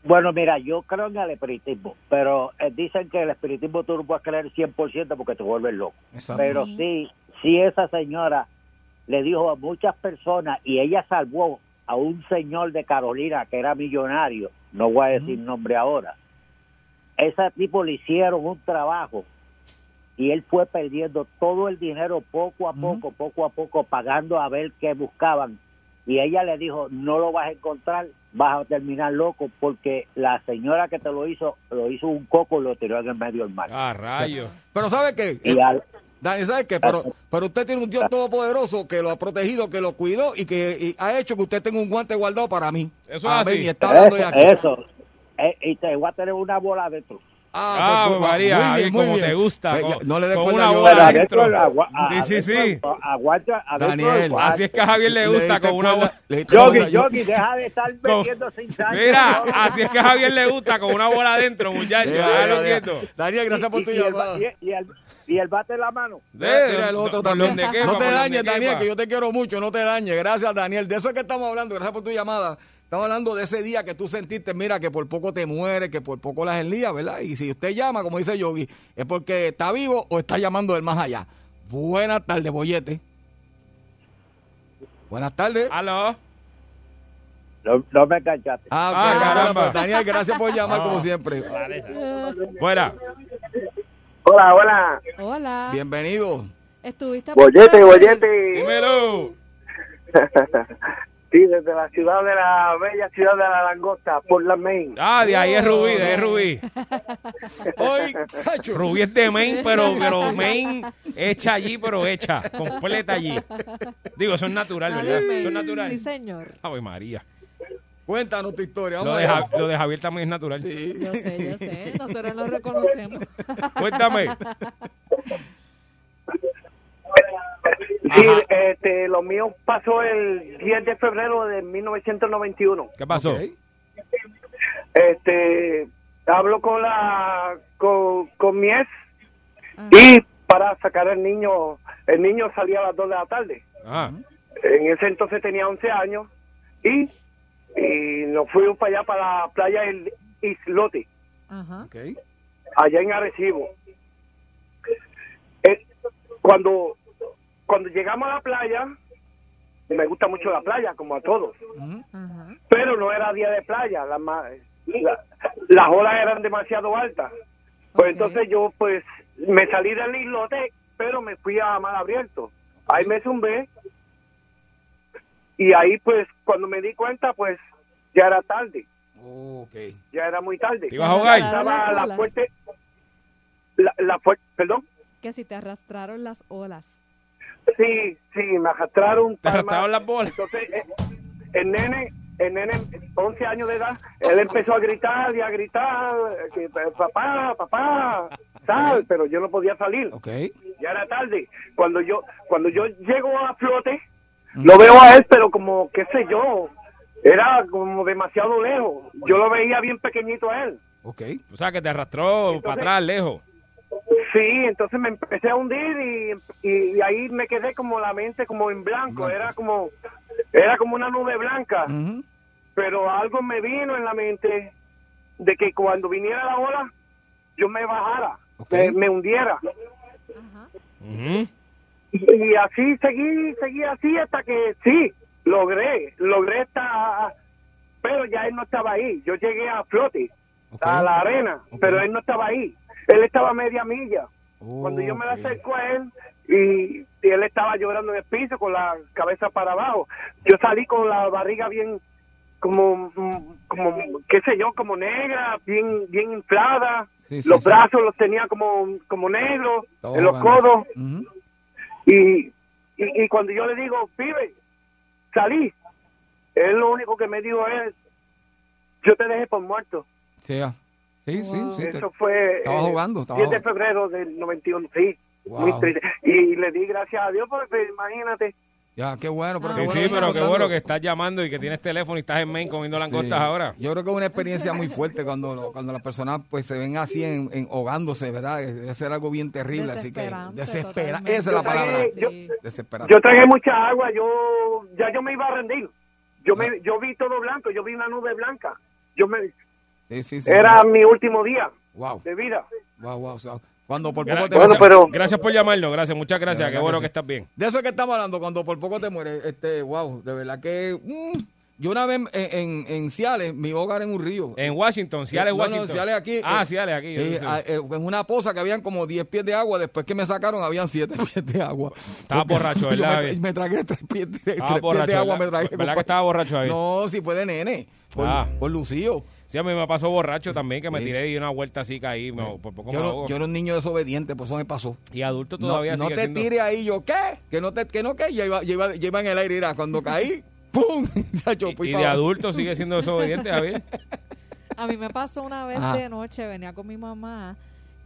[SPEAKER 13] Bueno, mira, yo creo en el espiritismo, pero eh, dicen que el espiritismo tú no puedes creer 100% porque te vuelves loco.
[SPEAKER 12] Exacto.
[SPEAKER 13] Pero
[SPEAKER 12] Ujú.
[SPEAKER 13] sí, sí esa señora le dijo a muchas personas y ella salvó a un señor de Carolina que era millonario, no voy a decir nombre ahora. Ese tipo le hicieron un trabajo y él fue perdiendo todo el dinero poco a poco, poco a poco, pagando a ver qué buscaban. Y ella le dijo, no lo vas a encontrar, vas a terminar loco porque la señora que te lo hizo, lo hizo un coco y lo tiró en el medio del mar.
[SPEAKER 3] Ah, eh, rayos.
[SPEAKER 2] Pero ¿sabe qué? Dani, ¿sabe qué?
[SPEAKER 13] Ah.
[SPEAKER 2] Pero, pero usted tiene un Dios todopoderoso que lo ha protegido, que lo cuidó y que y ha hecho que usted tenga un guante guardado para mí.
[SPEAKER 13] Eso es
[SPEAKER 2] Amén,
[SPEAKER 13] así.
[SPEAKER 2] Y está hablando de
[SPEAKER 13] Eso,
[SPEAKER 2] aquí.
[SPEAKER 13] eso. Eh, y te voy a tener una bola adentro.
[SPEAKER 3] Ah,
[SPEAKER 2] pues,
[SPEAKER 3] pues, María,
[SPEAKER 2] muy bien,
[SPEAKER 3] ay,
[SPEAKER 2] muy
[SPEAKER 3] como
[SPEAKER 2] bien.
[SPEAKER 3] te gusta.
[SPEAKER 2] Ve, ya,
[SPEAKER 3] con-
[SPEAKER 2] no le des
[SPEAKER 3] con
[SPEAKER 2] cuerda
[SPEAKER 3] una
[SPEAKER 2] yo,
[SPEAKER 3] bola
[SPEAKER 2] Dani.
[SPEAKER 3] adentro.
[SPEAKER 2] Adentro, agua-
[SPEAKER 3] Sí, sí, sí.
[SPEAKER 13] Aguanta, adentro
[SPEAKER 3] Daniel.
[SPEAKER 13] del guante.
[SPEAKER 3] Así es que a Javier le gusta,
[SPEAKER 13] diste
[SPEAKER 3] con una
[SPEAKER 13] cuerda-
[SPEAKER 3] bola-
[SPEAKER 13] le diste
[SPEAKER 3] Yogi,
[SPEAKER 13] cuerda, yo-
[SPEAKER 3] Yogi, deja
[SPEAKER 13] de estar
[SPEAKER 3] Con-
[SPEAKER 13] metiendo sin sal.
[SPEAKER 3] Mira, así es que a Javier le gusta, con una bola adentro, muchachos.
[SPEAKER 2] Deja,
[SPEAKER 3] Déjalo
[SPEAKER 2] deja,
[SPEAKER 3] quieto.
[SPEAKER 2] deja. Daniel, gracias por tu
[SPEAKER 13] Y el,
[SPEAKER 2] llamada.
[SPEAKER 13] ba- y, y el, y el bate en la mano.
[SPEAKER 2] Mira, mira el otro
[SPEAKER 3] por
[SPEAKER 2] también.
[SPEAKER 3] donde quepa,
[SPEAKER 2] no
[SPEAKER 3] por
[SPEAKER 2] te
[SPEAKER 3] donde
[SPEAKER 2] dañes,
[SPEAKER 3] quepa.
[SPEAKER 2] Daniel, que yo te quiero mucho, no te dañes. Gracias, Daniel. De eso es que estamos hablando. Gracias por tu llamada. Estamos hablando de ese día que tú sentiste, mira, que por poco te mueres, que por poco las enlías, ¿verdad? Y si usted llama, como dice Yogi, es porque está vivo o está llamando del más allá. Buenas tardes, Bollete. Buenas tardes.
[SPEAKER 3] Aló.
[SPEAKER 13] No, no me enganchaste.
[SPEAKER 2] Ah, ok,
[SPEAKER 3] Ah,
[SPEAKER 2] caramba.
[SPEAKER 3] caramba.
[SPEAKER 2] Pues, Daniel, gracias por llamar,
[SPEAKER 3] Ah.
[SPEAKER 2] como siempre.
[SPEAKER 3] Fuera.
[SPEAKER 14] Hola, hola.
[SPEAKER 5] Hola.
[SPEAKER 2] Bienvenido.
[SPEAKER 5] Estuviste a punto
[SPEAKER 14] Bollete,
[SPEAKER 5] de-
[SPEAKER 14] bollete.
[SPEAKER 3] Dímelo.
[SPEAKER 14] Sí, desde la ciudad de la bella ciudad de la langosta, por la Main.
[SPEAKER 3] Ah, de ahí es Rubí, de ahí es Rubí.
[SPEAKER 2] Hoy, Sacho.
[SPEAKER 3] Rubí es de Maine, pero, pero Maine hecha allí, pero hecha, completa allí. Digo, eso es natural, ¿verdad? Eso es
[SPEAKER 5] Sí,
[SPEAKER 3] natural.
[SPEAKER 5] señor.
[SPEAKER 3] Ay, María.
[SPEAKER 2] Cuéntanos tu historia.
[SPEAKER 3] Lo
[SPEAKER 2] vamos
[SPEAKER 3] de,
[SPEAKER 2] allá.
[SPEAKER 3] Ja- lo de Javier también es natural.
[SPEAKER 2] Sí.
[SPEAKER 5] Yo sé, yo sé. Nosotros lo reconocemos.
[SPEAKER 3] Cuéntame.
[SPEAKER 14] Sí, este, lo mío pasó el 10 de febrero de 1991.
[SPEAKER 3] ¿Qué pasó?
[SPEAKER 14] Este, hablo con la con, con mi ex y para sacar al niño, el niño salía a las 2 de la tarde.
[SPEAKER 3] Ah,
[SPEAKER 14] En ese entonces tenía 11 años y, y nos fuimos para allá, para la playa del Islote.
[SPEAKER 5] Ajá.
[SPEAKER 14] allá en Arecibo. Eh, cuando, cuando llegamos a la playa, me gusta mucho la playa, como a todos, pero no era día de playa, la ma- eh, la- las olas eran demasiado altas. Pues entonces yo pues me salí del islote, pero me fui a mar abierto. Ahí me zumbé y ahí pues cuando me di cuenta pues ya era tarde ya era muy tarde.
[SPEAKER 3] Oh, ¿Te ibas a ahogar?
[SPEAKER 14] Estaba
[SPEAKER 5] Las
[SPEAKER 14] la
[SPEAKER 5] olas.
[SPEAKER 14] fuerte, la, la fuer- perdón,
[SPEAKER 5] Que si te arrastraron las olas.
[SPEAKER 14] sí, sí, me arrastraron.
[SPEAKER 3] te
[SPEAKER 14] palma.
[SPEAKER 3] arrastraron las bolas.
[SPEAKER 14] Entonces, eh, el nene, el nene, 11 años de edad, él empezó a gritar y a gritar, eh, que, papá, papá, sal, pero yo no podía salir. Ya era tarde. Cuando yo, cuando yo llego a flote, lo veo a él, pero como, qué sé yo, era como demasiado lejos. Yo lo veía bien pequeñito a él.
[SPEAKER 3] O sea, que te arrastró para atrás, lejos.
[SPEAKER 14] Sí, entonces me empecé a hundir y, y- y ahí me quedé como la mente como en blanco, era como era como una nube blanca, pero algo me vino en la mente de que cuando viniera la ola yo me bajara, me, me hundiera.
[SPEAKER 3] Ujú.
[SPEAKER 14] Y así seguí, seguí así hasta que sí, logré, logré esta, pero ya él no estaba ahí, yo llegué a flote, a la arena, pero él no estaba ahí, él estaba a media milla. Cuando yo me la acerco a él y, y él estaba llorando en el piso con la cabeza para abajo, yo salí con la barriga bien, como, como qué sé yo, como negra, bien, bien inflada,
[SPEAKER 2] Sí, sí,
[SPEAKER 14] los
[SPEAKER 2] sí.
[SPEAKER 14] brazos los tenía como, como negros,
[SPEAKER 2] Estaba
[SPEAKER 14] en los
[SPEAKER 2] jugando.
[SPEAKER 14] codos. Y, y, y cuando yo le digo, pibe, salí, él lo único que me dijo es, yo te dejé por muerto.
[SPEAKER 2] Sí, ah. sí, sí, sí, te-
[SPEAKER 14] Eso fue
[SPEAKER 2] estaba
[SPEAKER 14] el
[SPEAKER 2] jugando, estaba
[SPEAKER 14] 10 de
[SPEAKER 2] jugando.
[SPEAKER 14] febrero del 91, sí. Muy triste. Y le di gracias a Dios porque imagínate.
[SPEAKER 2] Ya, qué bueno.
[SPEAKER 14] Ah,
[SPEAKER 2] Pero
[SPEAKER 3] Sí, sí,
[SPEAKER 2] qué bueno que
[SPEAKER 3] pero qué
[SPEAKER 2] estás contando.
[SPEAKER 3] bueno que estás llamando y que tienes teléfono y estás en Maine comiendo langostas
[SPEAKER 2] Sí.
[SPEAKER 3] ahora.
[SPEAKER 2] Yo creo que es una experiencia muy fuerte cuando, lo- cuando las personas pues se ven así en, en- ahogándose, ¿verdad? Debe ser algo bien terrible, así que desespera, esa es la
[SPEAKER 14] Yo tragué-
[SPEAKER 2] palabra.
[SPEAKER 14] yo-
[SPEAKER 2] Desesperante.
[SPEAKER 14] Yo tragué mucha agua, yo ya yo me iba a rendir. Yo
[SPEAKER 2] Ah.
[SPEAKER 14] me, yo vi todo blanco, yo vi una nube blanca. Yo me
[SPEAKER 2] Sí, sí, sí,
[SPEAKER 14] era
[SPEAKER 2] sí.
[SPEAKER 14] mi último día
[SPEAKER 2] Wow,
[SPEAKER 14] de vida.
[SPEAKER 2] wow, wow. o sea, cuando por poco
[SPEAKER 3] Gra-
[SPEAKER 2] te
[SPEAKER 3] gracias,
[SPEAKER 2] mueres-
[SPEAKER 3] gracias por llamarlo, gracias, muchas gracias.
[SPEAKER 2] verdad
[SPEAKER 3] Qué
[SPEAKER 2] que
[SPEAKER 3] bueno
[SPEAKER 2] sí.
[SPEAKER 3] que estás bien.
[SPEAKER 2] De eso es que estamos hablando, cuando por poco te mueres, este, wow, de verdad que mm, yo una vez en, en, en Ciales, mi hogar en un río.
[SPEAKER 3] En Washington, Ciales,
[SPEAKER 2] No, no,
[SPEAKER 3] Washington.
[SPEAKER 2] Ciales aquí.
[SPEAKER 3] Ah,
[SPEAKER 2] eh,
[SPEAKER 3] Ciales aquí. yo
[SPEAKER 2] eh,
[SPEAKER 3] no sé.
[SPEAKER 2] a- eh, en una poza que habían como 10 pies de agua, después que me sacaron habían 7 pies de agua.
[SPEAKER 3] Estaba borracho,
[SPEAKER 2] Yo
[SPEAKER 3] ¿verdad?
[SPEAKER 2] me, tra- me tragué 3 pies de, tres
[SPEAKER 3] Estaba
[SPEAKER 2] pies de
[SPEAKER 3] borracho,
[SPEAKER 2] agua,
[SPEAKER 3] ¿verdad?
[SPEAKER 2] me
[SPEAKER 3] ¿Verdad
[SPEAKER 2] tragué.
[SPEAKER 3] que
[SPEAKER 2] compadre.
[SPEAKER 3] estaba borracho ahí?
[SPEAKER 2] No, si fue de nene, por,
[SPEAKER 3] Ah.
[SPEAKER 2] por Lucío.
[SPEAKER 3] Sí, a mí me pasó borracho también, que me tiré y una vuelta así caí. me- por poco
[SPEAKER 2] eh, Yo,
[SPEAKER 3] me
[SPEAKER 2] no-
[SPEAKER 3] ahogo.
[SPEAKER 2] yo era un niño desobediente, por eso me pasó.
[SPEAKER 3] Y adulto
[SPEAKER 2] No-
[SPEAKER 3] todavía
[SPEAKER 2] no,
[SPEAKER 3] sigue
[SPEAKER 2] te
[SPEAKER 3] siendo-
[SPEAKER 2] tires ahí, yo, ¿qué? Que no te, que no, que ya iba, ya iba- ya iba en el aire, mira, cuando caí, ¡pum! Ya yo fui
[SPEAKER 3] Y
[SPEAKER 2] pa'
[SPEAKER 3] de
[SPEAKER 2] abajo.
[SPEAKER 3] adulto sigue siendo desobediente, Javier.
[SPEAKER 5] A mí me pasó una vez
[SPEAKER 2] Ajá.
[SPEAKER 5] de noche, venía con mi mamá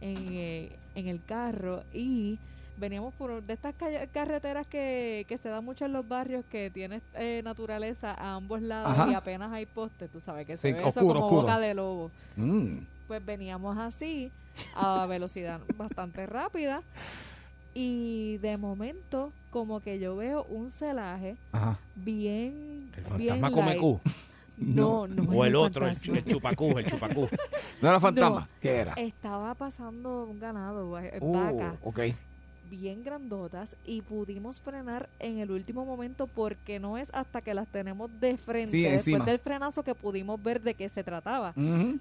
[SPEAKER 5] en, eh, en el carro y veníamos por de estas calle- carreteras que, que se dan mucho en los barrios que tienes eh, naturaleza a ambos lados
[SPEAKER 2] Ajá.
[SPEAKER 5] y apenas hay postes, tú sabes que
[SPEAKER 2] Sí,
[SPEAKER 5] se ve
[SPEAKER 2] oscuro,
[SPEAKER 5] eso como
[SPEAKER 2] oscuro.
[SPEAKER 5] boca de lobo.
[SPEAKER 2] Mm.
[SPEAKER 5] Pues veníamos así a velocidad bastante rápida y de momento como que yo veo un celaje
[SPEAKER 2] Ajá.
[SPEAKER 5] bien
[SPEAKER 3] El
[SPEAKER 5] bien
[SPEAKER 3] fantasma come
[SPEAKER 5] light.
[SPEAKER 3] cu.
[SPEAKER 5] No, no.
[SPEAKER 3] O
[SPEAKER 5] es
[SPEAKER 3] el otro, el,
[SPEAKER 5] fantasma.
[SPEAKER 3] el chupacú, el chupacú.
[SPEAKER 2] No era fantasma, ¿qué era?
[SPEAKER 5] Eh, Estaba pasando un ganado, va- eh,
[SPEAKER 2] Uh,
[SPEAKER 5] vacas
[SPEAKER 2] ok.
[SPEAKER 5] bien grandotas y pudimos frenar en el último momento porque no es hasta que las tenemos de frente,
[SPEAKER 2] Sí, encima. Mm.
[SPEAKER 5] después del frenazo que pudimos ver de qué se trataba.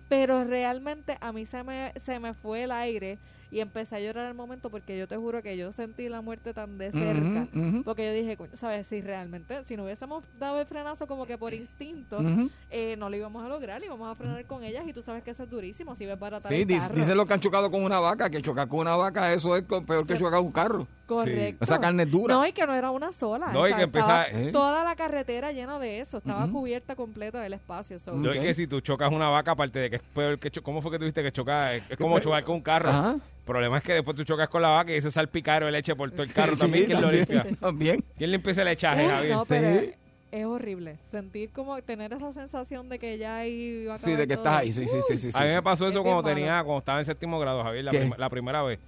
[SPEAKER 5] Pero realmente a mí se me, se me fue el aire y empecé a llorar al momento porque yo te juro que yo sentí la muerte tan de cerca.
[SPEAKER 2] Ujú, ujú.
[SPEAKER 5] Porque yo dije, "Coño, ¿sabes? Si realmente, si no hubiésemos dado el frenazo como que por instinto,
[SPEAKER 2] Ujú.
[SPEAKER 5] eh, no lo íbamos a lograr y vamos a frenar con ellas y tú sabes que eso es durísimo si ves baratar
[SPEAKER 2] Sí,
[SPEAKER 5] el
[SPEAKER 2] di-
[SPEAKER 5] carro.
[SPEAKER 2] dicen los que han chocado con una vaca, que chocar con una vaca, eso es co- peor que chocar un carro.
[SPEAKER 5] Correcto.
[SPEAKER 2] Esa carne es dura.
[SPEAKER 5] No, y que no era una sola.
[SPEAKER 2] No, y que
[SPEAKER 5] estaba
[SPEAKER 2] empezaba- ¿Eh?
[SPEAKER 5] Toda la carretera llena de eso. Estaba
[SPEAKER 2] Ujú.
[SPEAKER 5] cubierta completa del espacio. so-
[SPEAKER 3] Yo es que si tú chocas una vaca, aparte de que es peor que cho- ¿Cómo fue que tuviste que chocar? Es es como
[SPEAKER 2] fue?
[SPEAKER 3] chocar con un carro.
[SPEAKER 2] Ajá.
[SPEAKER 3] El problema es que después tú chocas con la vaca y ese salpicaro de leche por todo el carro
[SPEAKER 2] Sí,
[SPEAKER 3] también. ¿Quién
[SPEAKER 2] también,
[SPEAKER 3] lo limpia?
[SPEAKER 2] también.
[SPEAKER 3] ¿Quién limpia ese lechaje,
[SPEAKER 5] Uy,
[SPEAKER 3] Javier?
[SPEAKER 5] no, pero es- es horrible. Sentir como tener esa sensación de que ya ahí va a
[SPEAKER 2] Sí, de
[SPEAKER 5] acabar
[SPEAKER 2] que
[SPEAKER 5] todo.
[SPEAKER 2] estás ahí, sí, sí, sí. sí,
[SPEAKER 3] a mí
[SPEAKER 2] sí.
[SPEAKER 3] me pasó eso
[SPEAKER 5] Es bien
[SPEAKER 3] cuando
[SPEAKER 5] malo.
[SPEAKER 3] tenía, cuando estaba en séptimo grado, Javier, la,
[SPEAKER 2] ¿Qué?
[SPEAKER 3] prima- la primera vez.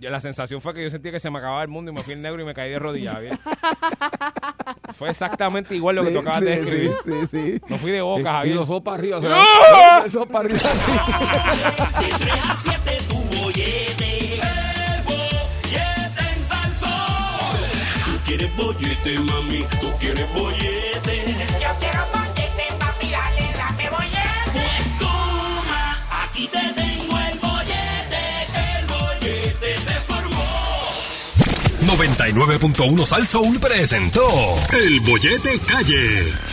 [SPEAKER 3] Yo- La sensación fue que yo sentía que se me acababa el mundo y me fui en negro y me caí de rodillas, Javier. fue exactamente igual lo que
[SPEAKER 2] Sí,
[SPEAKER 3] tocaba
[SPEAKER 2] sí,
[SPEAKER 3] de escribir.
[SPEAKER 2] Sí, sí, sí.
[SPEAKER 3] No fui de
[SPEAKER 2] Y-
[SPEAKER 3] boca, Javier.
[SPEAKER 2] Y los ojos para arriba. o sea,
[SPEAKER 3] ¡No!
[SPEAKER 2] Los ojos para arriba. sí.
[SPEAKER 1] tu bollete. El bollete en salsón. Tú quieres bollete, mami. Tú quieres bollete. Yo quiero bollete, papi. Dale, dame bollete. Pues toma, aquí te tengo el bollete. El bollete se formó.
[SPEAKER 12] 99.1 Sal Soul presentó El Bollete Calle.